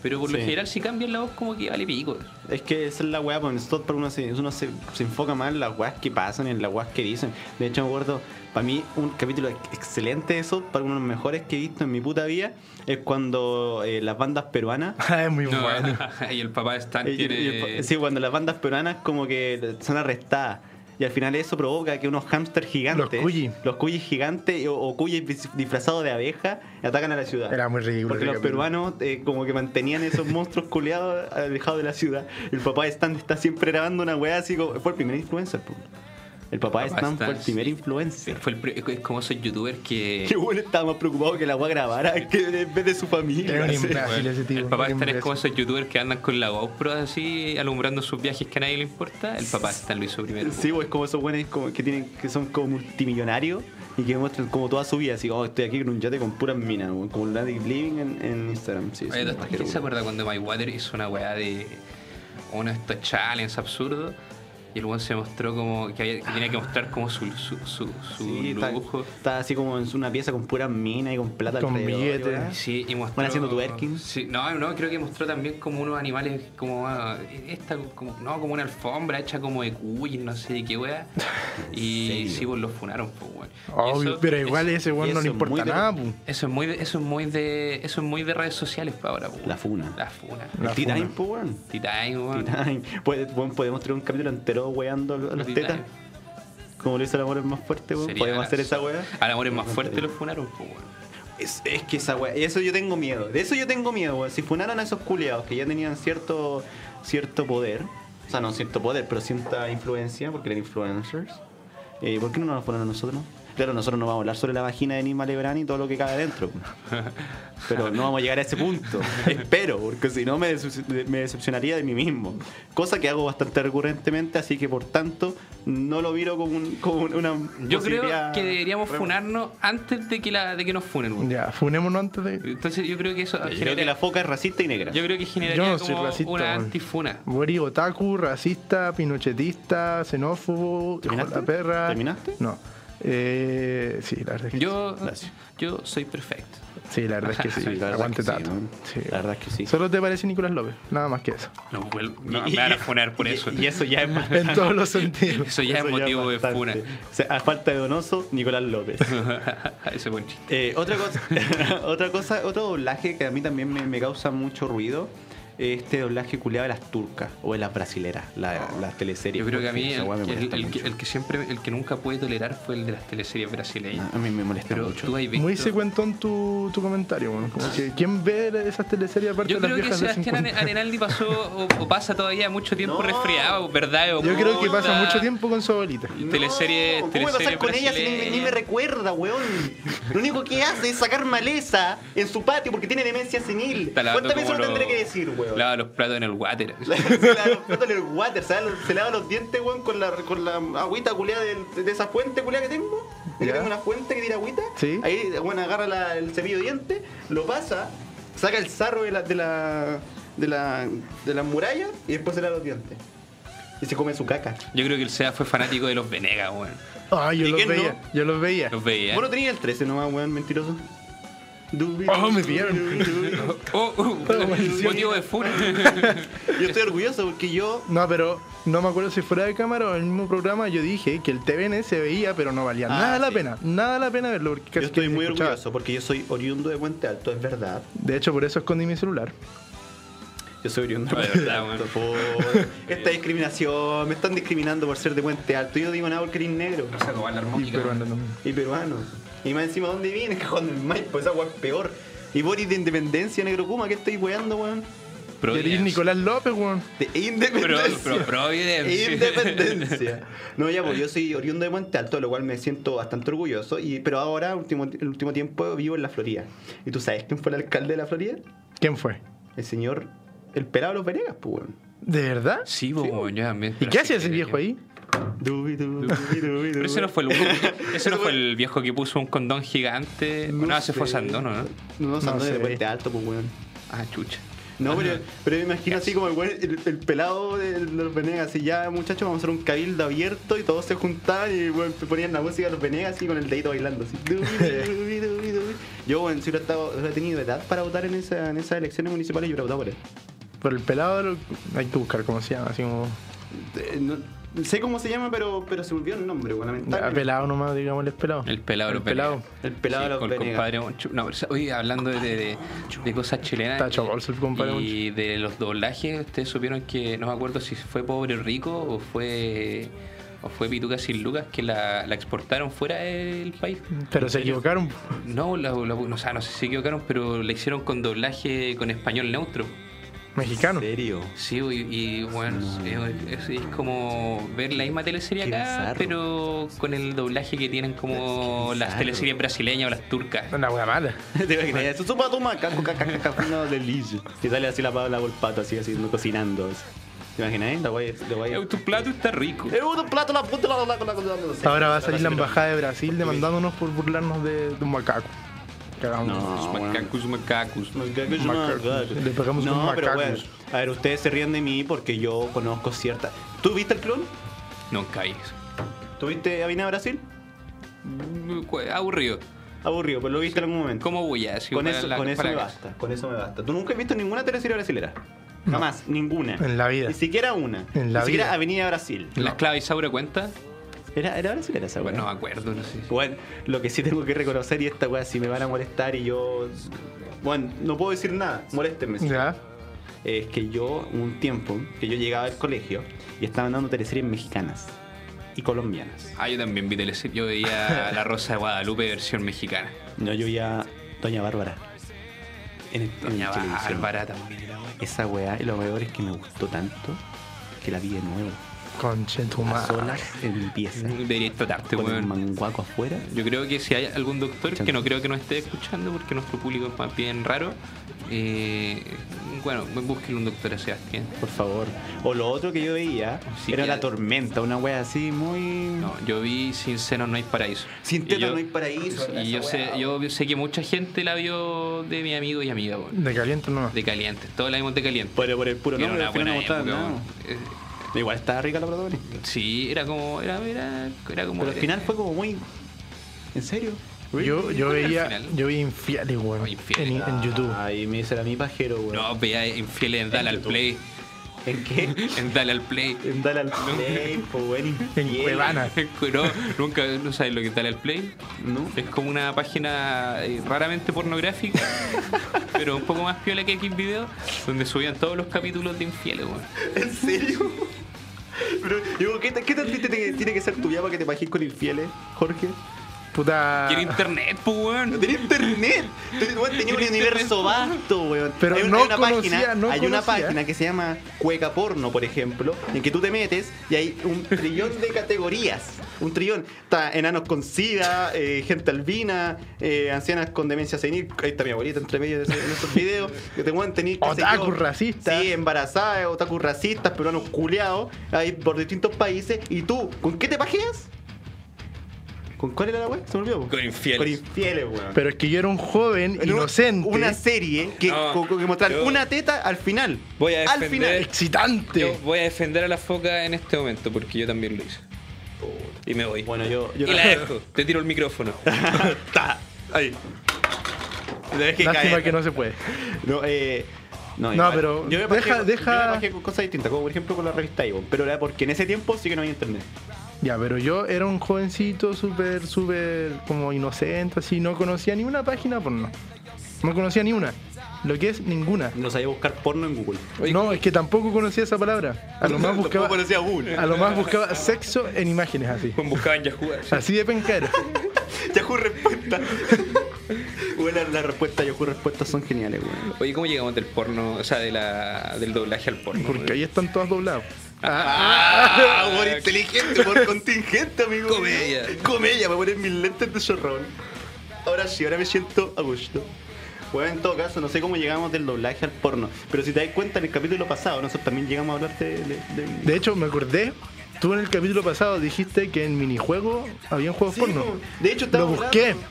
S2: pero por lo
S1: Sí.
S2: general si cambian la voz como que vale pico.
S1: Es que esa es la weá, pues en South Park uno, se, uno se, se enfoca más en las weas que pasan, en las weas que dicen. De hecho, me acuerdo, para mí, un capítulo ex- excelente de South Park, uno de los mejores que he visto en mi puta vida, es cuando eh, las bandas peruanas.
S3: Ah, es muy
S2: No,
S3: bueno.
S2: y el papá de Stan
S1: eh, y-
S2: tiene...
S1: y el- sí, cuando las bandas peruanas como que son arrestadas. Y al final eso provoca que unos hámster gigantes,
S3: Los cuyi.
S1: los cuyis gigantes o, o cuyis dis- disfrazados de abeja, atacan a la ciudad.
S3: Era muy ridículo.
S1: Porque
S3: ese
S1: los
S3: capítulo.
S1: peruanos eh, como que mantenían esos monstruos culeados alejados de la ciudad. El papá de Stan está siempre grabando una weá así como... Fue el primer influencer, po. El papá de
S2: Papá
S1: Stan fue
S2: Stan,
S1: el primer
S2: sí.
S1: influencer.
S2: Fue el pri- es como esos youtubers que...
S1: Que bueno, estaba más preocupado que la weá grabara que en vez de su
S3: Era
S1: familia.
S3: un
S1: así.
S3: imbécil.
S2: Bueno,
S3: ese tipo,
S2: el papá de
S3: era
S2: Stan es como
S3: imbécil.
S2: esos youtubers que andan con la GoPro así, alumbrando sus viajes que a nadie le importa. El papá de Stan lo hizo primero.
S1: Sí, pues como esos buenos como que tienen que son como multimillonarios y que muestran como toda su vida, así, oh, estoy aquí con un yate con puras minas, weón, como Lunatic Living en, en Instagram. Sí,
S2: Oye,
S1: sí,
S2: ¿tú-
S1: pajero,
S2: ¿Quién se
S1: weón.
S2: acuerda cuando My Water hizo una weá de uno de estos challenges absurdos? Y el weón se mostró como que, había- que tenía que mostrar como su, su, su, su
S1: Sí, está,
S2: lujo.
S1: está así como en una pieza con puras minas y con plata
S3: Con
S1: alrededor,
S3: billetes.
S1: weón.
S2: Sí, y mostró.
S1: Van haciendo twerking.
S2: Sí, no, no, creo que mostró también como unos animales como ah, esta, como, no, como una alfombra hecha como de cuy, no sé de qué weá. Y
S1: serio?
S2: sí, pues los funaron, pues weón. Y
S3: Obvio,
S2: eso-
S3: pero igual ese weón no
S1: eso
S3: le
S1: es muy
S3: importa
S1: de-
S3: nada, pu.
S2: Eso es muy de, eso es muy de, eso es muy de redes sociales para ahora, pues, weón.
S1: La funa.
S2: La funa.
S3: La
S1: Tea
S3: funa.
S1: time, po, weón.
S2: Tea time, weón.
S1: Tea time. Puede- weón, podemos tener un capítulo entero weando a las
S2: Tea
S1: tetas.
S2: time.
S1: Como lo hizo el amor es más fuerte, weón.
S2: Sería
S1: Podemos hacer esa
S2: gracioso.
S1: wea.
S2: Al amor es más fuerte los funaron, pues, weón.
S1: Es, es que esa wea. Eso yo tengo miedo. De eso yo tengo miedo, weón. Si funaron a esos culiados que ya tenían cierto, cierto poder. O sea, no cierto poder, pero cierta influencia, porque eran influencers. Eh, ¿Por qué no nos fueron a nosotros? Claro, nosotros no vamos a hablar sobre la vagina de Nima Lebrán y todo lo que cabe adentro. Pero no vamos a llegar a ese punto. Espero, porque si no me, decep- me decepcionaría de mí mismo. Cosa que hago bastante recurrentemente, así que por tanto no lo miro como, un- como una.
S2: Yo creo
S1: posibilidad-
S2: que deberíamos funarnos antes de que la, de que nos funen, weón.
S3: Ya, funémonos antes de.
S2: Entonces yo creo que eso
S1: Yo creo que la foca es racista y negra.
S2: yo creo que generaría
S3: Yo no soy
S2: como
S3: racista,
S2: una
S3: weón.
S2: antifuna.
S3: Mori otaku, racista, pinochetista, xenófobo, hijo de
S1: ¿Terminaste?
S3: la perra.
S1: ¿Terminaste?
S3: No. Eh, sí, la verdad es que
S2: Yo,
S1: Gracias.
S2: yo soy perfecto.
S3: sí. la verdad es que sí.
S1: Sí, la verdad
S3: Aguante
S1: es que sí,
S3: tato.
S1: ¿no?
S3: Sí.
S1: La verdad es que sí.
S3: Solo te parece Nicolás López, nada más que eso.
S2: No, vuelvo- no, me van a funar por
S1: y-
S2: eso.
S1: Y eso ya es más-
S3: En todos los sentidos.
S2: eso ya
S1: eso
S2: es motivo de funa.
S1: bastante. O sea, a falta de Donoso, Nicolás López.
S2: Ese buen chiste.
S1: Eh, otra cosa, otra cosa, otro doblaje que a mí también me, me causa mucho ruido, es este doblaje culeado de las turcas o de las brasileras, la- las teleseries.
S2: Ah. Yo creo que a mí
S1: Esa weá me
S2: el, el-
S1: molesta
S2: el que,
S1: mucho.
S2: el que siempre, el que nunca pude tolerar fue el de las teleseries brasileñas.
S1: A
S3: Ah,
S1: mí me molesta
S2: Pero
S1: mucho.
S2: tú has visto.
S3: Muy secuentón tu, tu comentario, bueno. Como que, ¿Quién ve esas teleseries aparte
S2: Yo
S3: de las
S2: creo que
S3: viejas de
S2: Sebastián
S3: 50?
S2: Ane- Arenaldi pasó o, o pasa todavía mucho tiempo
S1: No.
S2: resfriado, ¿verdad?
S3: Yo creo que pasa
S2: Puta.
S3: mucho tiempo con su abuelita.
S2: Y Teleserie,
S1: No, ¿Cómo voy a pasar
S2: teleserie
S1: con ella si ni- ni, me
S2: brasileña.
S1: recuerda, weón? Lo único que hace es sacar maleza en su patio porque tiene demencia senil.
S2: Está lavando
S1: ¿Cuántas veces
S2: como
S1: lo tendré
S2: los-
S1: que decir, weón?
S2: Lava los platos en el water.
S1: se lava los platos en el water, se lava, los- se lava los dientes, weón, con la, con la agüita culeada de, de esa fuente culeada que tengo. Que
S3: Ya.
S1: tengo una fuente que tira agüita.
S3: Sí.
S1: Ahí, weón, agarra la- el cepillo de dientes, lo pasa, saca el sarro de la, de la, de la, de la muralla y después se lava los dientes. Y se come su caca.
S2: Yo creo que el SEA fue fanático de los Venegas, weón.
S3: Ay, Ah, yo
S1: ¿Y
S3: los
S1: quién no?
S3: veía, yo los veía.
S2: Los veía.
S1: Bueno, tenía el 13 nomás, weón, mentiroso.
S3: Oh, me pillaron.
S2: Oh, uh,
S3: maldición.
S2: motivo de furia.
S1: Yo estoy orgulloso porque yo.
S3: No, pero no me acuerdo si fuera de cámara o en el mismo programa yo dije que el TVN se veía, pero no valía
S1: Ah,
S3: nada la
S1: sí.
S3: pena. Nada la pena verlo. porque
S1: Yo
S3: casi
S1: estoy
S3: que
S1: muy
S3: escuchaba.
S1: orgulloso porque yo soy oriundo de Puente Alto, es verdad.
S3: De hecho, por eso escondí mi celular.
S1: Yo soy oriundo de
S2: Ah, de
S1: Puente
S2: verdad,
S1: Alto.
S2: weón.
S1: por- Esta discriminación, me están discriminando por ser de Puente Alto. Yo no digo nada porque eres negro
S2: O sea, como la
S3: Y
S2: armónica.
S3: peruano también.
S1: y peruano. Y más encima, ¿dónde vienes? Cajón del Maipo, esa weá es peor. Y Boris de Independencia, negro Kuma, ¿qué estoy weando, weón?
S3: Y eres
S2: Providence.
S3: Nicolás López, weón.
S1: De
S2: Pro-
S1: Independencia.
S2: pro- Providence.
S1: Independencia. No, ya, pues yo soy oriundo de Puente Alto, lo cual me siento bastante orgulloso. Y, pero ahora, último, el último tiempo, vivo en la Florida. ¿Y tú sabes quién fue el alcalde de la Florida?
S3: ¿Quién fue?
S1: El señor, el pelado de los Venegas, pues, weón.
S3: ¿De verdad?
S2: Sí, bo, yo también.
S3: ¿Y qué hacía ese viejo ahí?
S1: Dubi, dubi, dubi, dubi,
S2: Pero ese no fue el ese no fue el viejo que puso un condón gigante. No, ese fue
S1: sé.
S2: Sandono, ¿no?
S1: No, no, Sandono
S3: No
S1: es de
S3: sé.
S1: Puente Alto, pues, weón.
S2: Ah, chucha.
S1: No,
S2: Ajá.
S1: pero, pero me imagino así como el, weón- el, el pelado de, de los Venegas. Y ya, muchachos, vamos a hacer un cabildo abierto y todos se juntaban y weón, ponían la música de los Venegas así con el dedito bailando. Así. Dubi, dubi, dubi, dubi. Yo, weón, si hubiera, estado, hubiera tenido edad para votar en, esa, en esas elecciones municipales, yo hubiera votado por él.
S3: Por el pelado lo- hay que buscar cómo se llama, así como.
S1: Eh, no- sé cómo se llama, pero, pero se me olvidó el nombre, weón,
S3: Ya,
S1: lamentablemente.
S3: pelado nomás, digamos, el pelado.
S2: El pelado,
S3: El
S2: los
S3: pelado.
S2: Venegas.
S1: El pelado de los
S2: con el
S1: Venegas.
S2: compadre Monchu. No, pero, oye, hablando de, de- de cosas chilenas.
S3: Tacho Bolso, el compadre
S2: Y de los doblajes, ustedes supieron que, no me acuerdo si fue Pobre Rico o fue o fue Pituca sin Lucas, que la, la exportaron fuera del país.
S3: Pero se equivocaron.
S2: No, la- la- o sea, no sé si se equivocaron, pero la hicieron con doblaje con español neutro.
S3: Mexicano.
S1: serio?
S2: Sí, y, y, bueno, es, es- es como ver la misma teleserie
S1: Qué
S2: acá,
S1: bizarro.
S2: pero con el doblaje que tienen como
S1: Qué
S2: las
S1: bizarro.
S2: teleseries brasileñas o las turcas.
S3: Una hueá mala.
S1: Te imaginas, eso sopa tu macaco, caca, caca, una delicia. Que sale así la Paula Volpato, así, así, cocinando. así. ¿Te imaginas, eh? La guay, la guay.
S2: Eh, Tu plato está rico.
S1: Es un plato la puta la la la la la
S3: Ahora va a salir la embajada de Brasil demandándonos por burlarnos de, de un macaco. Cagamos.
S1: No, Ah, bueno.
S2: Macacus, macacus.
S1: Macacos,
S3: Macacos.
S1: macacos.
S3: Le pegamos
S1: no,
S3: unos
S1: pero
S3: macacos.
S1: bueno, a ver, ustedes se ríen de mí porque yo conozco cierta. ¿Tú viste el clon?
S2: No caes.
S1: ¿Tú viste Avina Brasil?
S2: Aburrido.
S1: Aburrido, pero lo viste en algún momento.
S2: ¿Cómo voy a decir
S1: con
S2: para
S1: eso,
S2: la-
S1: con eso
S2: para
S1: me
S2: acá?
S1: basta, con eso me basta. ¿Tú nunca has visto ninguna teleserie brasilera? Jamás, ninguna.
S3: En la vida.
S1: Ni siquiera una.
S3: En la
S1: Ni siquiera
S3: vida.
S1: Avenida Brasil.
S2: ¿La esclava Isaura cuenta?
S1: ¿Era, era brasilera esa weá?
S2: Bueno, no me acuerdo, no sé.
S1: Bueno, lo que sí tengo que reconocer, y esta weá, si me van a molestar y yo. Bueno, no puedo decir nada, moléstenme.
S3: Ya.
S1: Es que yo, un tiempo, que yo llegaba al colegio y estaban dando teleseries mexicanas y colombianas.
S2: Ah, yo también vi teleserie. Yo veía La Rosa de Guadalupe versión mexicana.
S1: No, yo veía Doña Bárbara. En el, en
S2: Doña
S1: televisión.
S2: Bárbara también era buena.
S1: Esa weá, y lo peor es que me gustó tanto que la vi de nuevo.
S3: Conche tu
S1: A
S3: madre.
S1: solas empieza.
S2: Debería tratarte,
S1: Con el
S2: Este weón.
S1: manguaco afuera.
S2: Yo creo que si hay algún doctor que no creo que nos esté escuchando, porque nuestro público es más bien raro, eh, bueno, búsquenle un doctor a Sebastián.
S1: Por favor. O lo otro que yo veía
S2: Sí,
S1: era
S2: ya.
S1: la tormenta, una wea así muy.
S2: No, yo vi Sin Senos No Hay Paraíso.
S1: Sin
S2: Y
S1: Tetas
S2: yo-
S1: No Hay Paraíso,
S2: Y yo
S1: esa
S2: sé,
S1: weá.
S2: yo sé que mucha gente la vio de mi amigo y amiga, weón.
S3: De caliente nomás.
S2: De caliente. Todos la vimos de caliente.
S1: Pero por el puro
S2: Era
S1: nombre,
S2: una
S1: al final
S2: buena
S1: no me gustaba
S2: época,
S1: nada.
S2: weón.
S1: Igual estaba rica la protagonista.
S2: Eh, Sí, era como. Era, era, era como. eh,
S1: Pero al final fue como muy. ¿En serio?
S3: Yo, yo
S2: ¿Cuál era el
S3: veía,
S2: final?
S3: yo veía infieles, weón.
S2: Oh, infieles.
S3: En, en YouTube.
S1: Ay, Ah, me dice a mi pajero, weón.
S2: No, veía infieles en Dale al
S1: YouTube.
S2: Play.
S1: ¿En qué?
S2: En Dale al Play.
S1: en Dale al Play, po, weón.
S3: En
S1: infiel.
S3: Cuevana.
S2: No, nunca, ¿no sabes lo que es Dale al Play?
S1: No.
S2: Es como una página eh, raramente pornográfica, pero un poco más piola que X Video, donde subían todos los capítulos de infieles, weón.
S1: ¿En serio? Pero, digo, ¿qué, ta- qué tan triste te- tiene que ser tu vida para que te pajes con infieles, Jorge?
S3: Puta.
S2: Quiero internet, pues, weón.
S1: Tenía internet. Tenía- weón, Tenía un
S2: Tenía
S1: universo vasto, weón.
S3: Pero
S1: hay, un-
S3: no
S1: hay una
S3: conocía,
S1: página,
S3: no
S1: Hay una
S3: conocía.
S1: página que se llama Cueca Porno, por ejemplo, en que tú te metes y hay un trillón de categorías. Un trillón. Está enanos con sida, eh, gente albina, eh, ancianas con demencia senil. Ahí está mi abuelita entre medio de ese- en esos videos. Que te pueden tener. qué sé
S3: Otakus
S1: yo.
S3: racistas.
S1: Sí, embarazadas, otakus racistas, peruanos culeados. Ahí por distintos países. ¿Y tú, con qué te pajeas? ¿Con cuál era la web? Se me olvidó. po.
S2: Con infieles.
S1: Con infieles, weón.
S3: Pero es que yo era un joven
S1: Pero
S3: inocente.
S1: Una serie que,
S2: No,
S1: con- con que mostrar
S2: yo-
S1: una teta al final.
S2: Voy a
S1: Al
S2: defender-
S1: final.
S3: excitante.
S2: Yo voy a defender a la foca en este momento porque yo también lo hice. Y me voy.
S1: Bueno, yo. yo
S2: y la dejo. Te tiro el micrófono.
S1: Ta. Ahí. Tenés que
S3: Lástima
S1: caer.
S3: que no se puede.
S1: No, eh, no,
S3: No,
S1: igual.
S3: pero
S1: yo me bajé,
S3: deja- deja-
S1: yo me bajé con cosas distintas, como por ejemplo con la revista Avon, pero era porque en ese tiempo sí que no había internet.
S3: Ya, pero yo era un jovencito súper, súper como inocente, así, no conocía ni una página porno. No conocía ni una. Lo que es ninguna.
S1: No sabía buscar porno en Google.
S2: Oye,
S3: No, es que tampoco conocía esa palabra. A lo más
S1: Tampoco
S3: buscaba,
S1: conocía Google.
S3: a lo más buscaba sexo en imágenes así.
S2: Juan buscaba en Yahoo. así.
S3: Así de pencar.
S1: Yahoo respuesta. Bueno, las respuestas Yahoo respuestas son geniales, weón.
S2: Oye, ¿cómo llegamos del porno, o sea, de la, del doblaje al porno?
S3: Porque ahí están todas dobladas.
S1: Ah, por inteligente, por contingente, amigo.
S2: Comedia.
S1: Comedia, me poner mis lentes de zorrón. Ahora sí, ahora me siento a gusto. Bueno, en todo caso, no sé cómo llegamos del doblaje al porno. Pero si te das cuenta, en el capítulo pasado, nosotros también llegamos a hablar de. de- de-
S3: De hecho, me acordé, tú en el capítulo pasado dijiste que en minijuego había juegos
S1: Sí,
S3: porno.
S1: po. De hecho,
S3: Lo
S1: estábamos
S3: busqué.
S1: hablando-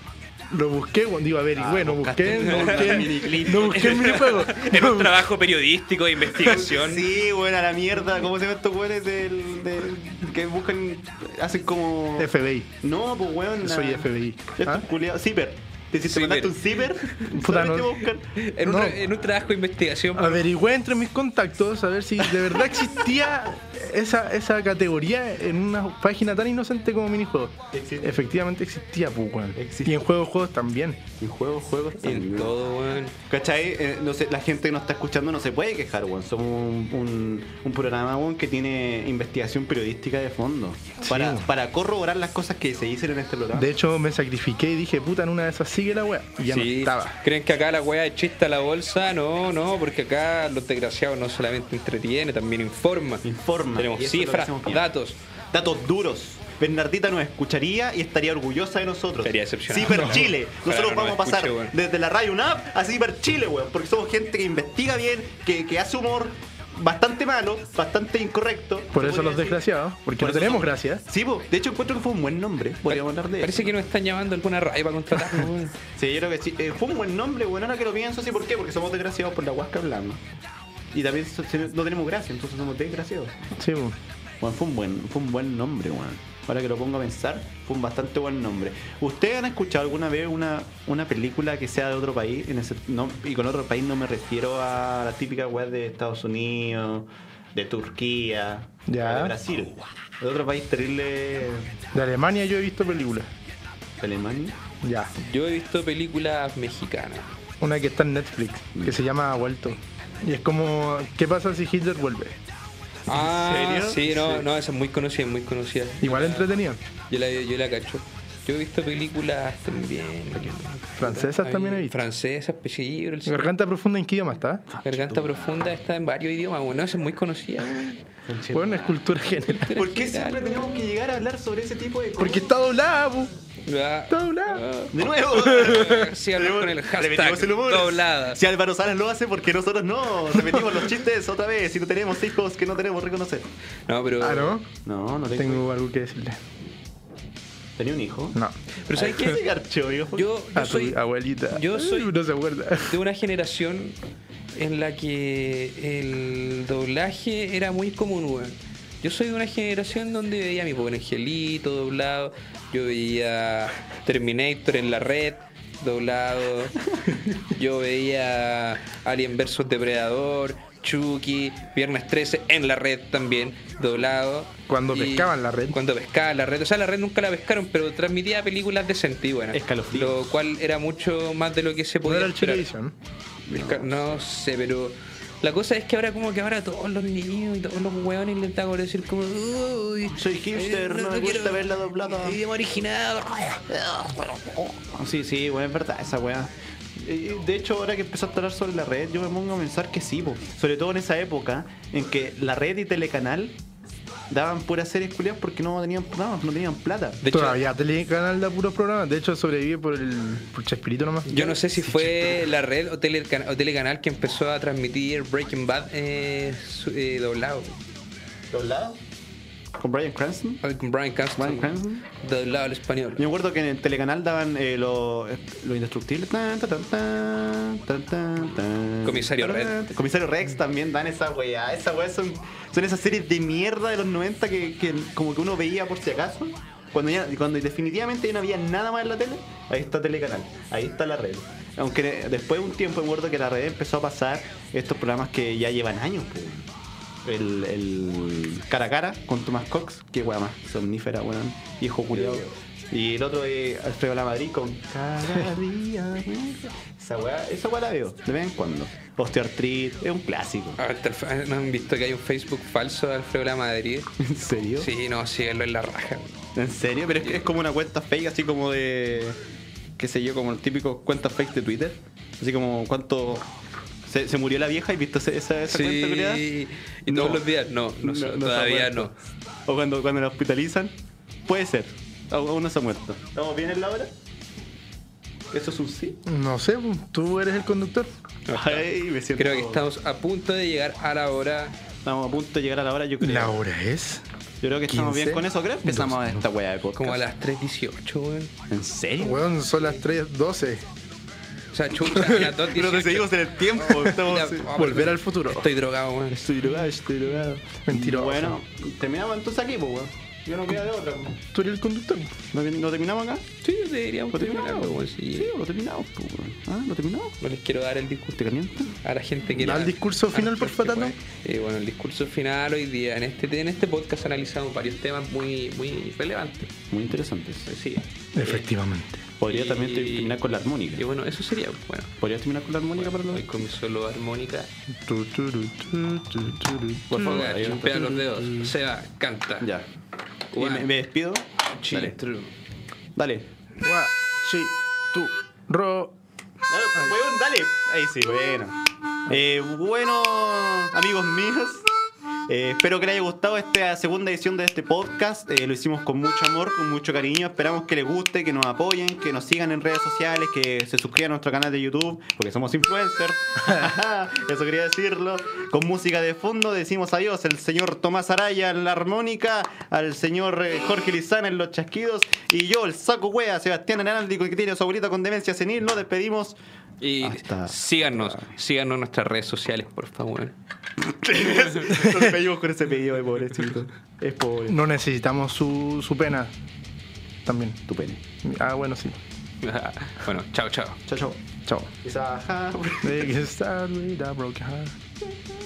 S1: Ah,
S3: Lo busqué, bueno, digo, a ver, y bueno, busqué,
S1: buscaste.
S3: no busqué, no busqué el minijuego.
S2: En un trabajo periodístico de investigación.
S1: Sí, bueno, a la mierda. ¿Cómo se llaman estos güeyes del, del- que buscan. hacen como.
S3: FBI.
S1: No, pues weón. la-
S3: Soy FBI.
S1: Estos
S3: ¿Ah?
S1: culiados. Ciber. Te, si te
S2: Ciber.
S1: mandaste un ciber,
S3: Puta,
S1: solamente
S3: no.
S1: buscan.
S2: En un,
S3: No. Ah.
S2: tra- en un trabajo de investigación.
S3: Averigüé entre mis contactos a ver si de verdad existía esa, esa categoría en una página tan inocente como minijuegos.
S1: Existe.
S3: Efectivamente existía, pues, weón.
S1: Existe.
S3: Y en juegos, juegos también.
S1: En juegos, juegos
S2: En
S1: también.
S2: todo, weón.
S1: ¿Cachai? Eh, no sé, la gente que nos está escuchando no se puede quejar, weón. Somos un, un- un programa, weón, que tiene investigación periodística de fondo. Para,
S3: weón.
S1: para corroborar las cosas que se dicen en este programa.
S3: De hecho, me sacrifiqué y dije, puta, en una de esas sigue la weá. Y ya no
S2: Sí.
S3: estaba.
S2: ¿Creen que acá la weá es chista la bolsa? No, no, porque acá los desgraciados no solamente entretiene, también informa.
S1: Informa.
S2: Tenemos
S1: Y eso es lo que
S2: cifras,
S1: hacemos bien.
S2: datos.
S1: Datos duros. Bernardita nos escucharía y estaría orgullosa de nosotros.
S2: Sería excepcional.
S1: Ciber
S2: No.
S1: Chile. Nosotros
S2: Ojalá no
S1: vamos a
S2: nos
S1: pasar
S2: escuche, weón.
S1: desde la radio UNAP a Ciber Chile, weón. Porque somos gente que investiga bien, que, que hace humor bastante malo, bastante incorrecto.
S3: Por
S1: se
S3: eso los
S1: podría decir.
S3: desgraciados, porque
S1: Por
S3: no
S1: eso
S3: tenemos
S1: son-
S3: gracias.
S1: Sí, po. de hecho encuentro que fue un buen nombre. Podríamos hablar de
S2: Parece que nos están llamando alguna raya para contratarnos, weón.
S1: Sí, yo creo que sí. Eh, fue un buen nombre, bueno, ahora que lo pienso, sí, ¿por qué? Porque somos desgraciados por la huasca que hablamos. Y también so- si no no tenemos gracia, entonces somos desgraciados.
S3: Sí, po.
S1: Bueno, fue un buen, fue un buen nombre, bueno. Ahora que lo pongo a pensar, fue un bastante buen nombre. ¿Ustedes han escuchado alguna vez una, una película que sea de otro país? En ese, no, y con otro país no me refiero a la típica web de Estados Unidos, de Turquía,
S3: Ya.
S1: de Brasil. De otro país terrible,
S3: De Alemania yo he visto películas.
S1: Alemania.
S3: Ya.
S2: Yo he visto películas mexicanas.
S3: Una que está en Netflix, que se llama Ha Vuelto. Y es como, ¿qué pasa si Hitler vuelve?
S2: Ah,
S1: serio?
S2: sí, no, no, esa es muy conocida, muy conocida.
S3: Igual entretenida.
S2: Yo la, yo la cacho. Yo he visto películas también.
S3: Francesas
S2: Ay,
S3: también he visto.
S2: Francesas, Pechillero, el
S3: Garganta profunda en qué idioma está.
S2: Garganta Profunda está en varios idiomas, bueno, esa es muy conocida. weón.
S3: Bueno, es cultura general.
S1: ¿Por qué siempre tenemos que llegar a hablar sobre ese tipo de cosas?
S3: Porque está doblada, po.
S2: Ah,
S3: Está doblada.
S1: De nuevo.
S2: ah, Síganos con el hashtag
S1: Repetimos el humor.
S2: doblada.
S1: Si Álvaro Salas lo hace, porque nosotros no. Repetimos los chistes otra vez. Si no tenemos hijos que no tenemos reconocer.
S2: No, pero.
S3: Ah, ¿no?
S1: No, no
S3: Tengo algo que decirle.
S1: ¿Tenía un hijo?
S3: No.
S2: Pero ¿sabes
S1: ¿Qué se
S2: qué?
S1: garchó, hijo?
S2: Yo,
S3: A
S2: yo
S3: tu
S2: soy
S3: abuelita. Uh,
S2: yo soy-
S3: No se acuerda.
S2: de una generación en la que el doblaje era muy común, weón. Yo soy de una generación donde veía a mi pobre angelito doblado, yo veía Terminator en la red doblado, yo veía Alien vs Depredador, Chucky, Viernes 13 en la red también doblado.
S3: Cuando
S2: Y-
S3: pescaban la red.
S2: Cuando pescaban la red. O sea, la red nunca la pescaron, pero transmitía películas decentes y buenas.
S1: Escalofríos.
S2: Lo cual era mucho más de lo que se
S3: No
S2: podía
S3: era el
S2: esperar.
S3: Chilevisión.
S2: Pesca- No. sé, pero la cosa es que ahora como que ahora todos los niños y todos los hueones les da por decir como Uy, eh,
S1: Soy hipster, no me gusta verla doblada".
S2: Idioma original.
S1: oh, Sí, sí, bueno, es verdad esa weá. Eh, De hecho, ahora que empezaste a hablar sobre la red, yo me pongo a pensar que sí, po. sobre todo en esa época en que la red y Telecanal daban puras series culiadas porque no tenían programas, no tenían plata.
S2: De hecho,
S3: Todavía Telecanal da puros programas. De hecho, sobrevive por el por Chespirito nomás.
S2: yo no sé si fue la red o, Telecan- o Telecanal que empezó a transmitir Breaking Bad eh, su- eh, doblado.
S1: ¿Doblado? ¿Con Brian Cranston?
S2: Con Brian Cranston.
S1: Bryan Cranston.
S2: Doblado al español.
S1: Yo me acuerdo que en el telecanal daban eh, lo, lo indestructible. Tan, tan, tan, tan, tan, tan, tan.
S2: Comisario Rex.
S1: Comisario Rex también dan esa weá. Esa weá son, son esas series de mierda de los 90 que, que como que uno veía por si acaso. Cuando, ya, cuando definitivamente ya no había nada más en la tele, ahí está telecanal. Ahí está la red. Aunque después de un tiempo me acuerdo que la red empezó a pasar estos programas que ya llevan años, pues. El, el cara a cara con Tomás Cox, que weá más somnífera, weón, viejo culiado. Y el otro es Alfredo Lamadrid con Cada día. más. Esa weá, esa weá la veo, de vez en cuando. Osteoartrit, es un clásico.
S2: Ahorita el fa- ¿No han visto que hay un Facebook falso de Alfredo La Madrid?
S1: ¿En serio?
S2: Sí, no, síguelo en la raja.
S1: ¿En serio? Pero es, que es como una cuenta fake, así como de. qué sé yo, como el típico cuenta fake de Twitter. Así como cuánto. Se, se murió la vieja y viste ese- esa, esa cuenta culiada?
S2: Sí, y todos
S1: No.
S2: los días, no, no, sé,
S1: se ha
S2: todavía no.
S1: muerto. O cuando, cuando la hospitalizan. Puede ser. Aún aún no se ha muerto. ¿Estamos bien en la hora? ¿Eso es un sí?
S3: No sé, tú eres el conductor.
S1: Ay, me siento.
S2: Creo que estamos a punto de llegar a la hora.
S1: Estamos a punto de llegar a la hora, yo creo.
S3: La hora es.
S1: Yo creo que estamos
S3: 15,
S1: bien con eso. Creo que empezamos esta weá de podcast.
S2: Como a las 3.18, weón.
S1: ¿En serio?
S3: Weón, son las 3.12.
S2: O sea, chucha, a las 2.18.
S1: Pero te seguimos en el tiempo. Estamos.
S2: Ya,
S3: Volver al futuro.
S2: Estoy drogado, weón.
S1: Estoy drogado, estoy drogado.
S3: Mentiroso.
S1: Bueno, terminamos entonces aquí, pues, weón. Yo no queda de otra. pues. po.
S3: Tú eres el conductor.
S1: ¿No, no terminamos acá?
S2: Sí, deberíamos
S1: ¿Lo
S2: terminar,
S1: terminamos?
S2: weón.
S1: sí.
S2: Sí.
S1: lo terminamos, pues, weón. ¿Ah, lo terminamos?
S2: No les quiero dar el disgusto
S1: ¿Te calienta?
S2: a la gente que
S3: Da
S2: era-
S3: el discurso
S2: a la
S3: final, por
S2: gente,
S3: favor,
S2: pues. Eh, bueno, el discurso final hoy día. En este, en este podcast analizamos varios temas muy, muy relevantes.
S1: Muy interesante.
S2: Pues sí.
S3: Efectivamente.
S1: Podría
S2: Y-
S1: también terminar con la armónica.
S2: Y bueno, eso sería, bueno.
S1: ¿Podrías terminar con la armónica para
S2: Hoy
S1: los
S2: con mi solo armónica.
S3: Tu, tu, tu, tu, tu, tu, tu.
S1: Por favor,
S2: Venga,
S1: ahí está. Mm.
S2: chumpea los dedos. Seba, canta.
S1: Ya. Y
S2: One.
S1: me, me despido.
S2: Chi,
S1: Dale.
S2: tru.
S1: Dale.
S3: Wa, chi, tu, ro.
S1: Dale, pues, weón, dale. Ahí sí, bueno. Eh, bueno, amigos míos. eh, espero que les haya gustado esta segunda edición de este podcast. Eh, lo hicimos con mucho amor, con mucho cariño. Esperamos que les guste, que nos apoyen, que nos sigan en redes sociales, que se suscriban a nuestro canal de YouTube, porque somos influencers. Eso quería decirlo. Con música de fondo decimos adiós al señor Tomás Araya en la armónica, al señor eh, Jorge Lizana en los chasquidos y yo, el saco wea, Sebastián Araldi, que tiene a su abuelita con demencia senil. Nos despedimos.
S2: Y
S1: Hasta-
S2: síganos, síganos en nuestras redes sociales, por favor.
S1: Nos despedimos con ese pedido de pobrecito. Es pobre.
S3: No necesitamos su, su pena. También.
S1: Tu pene.
S3: Ah, bueno, sí.
S2: bueno, chao, chao.
S1: Chao, chao.
S3: Chao.
S1: Esa-
S3: They can start with a broken heart.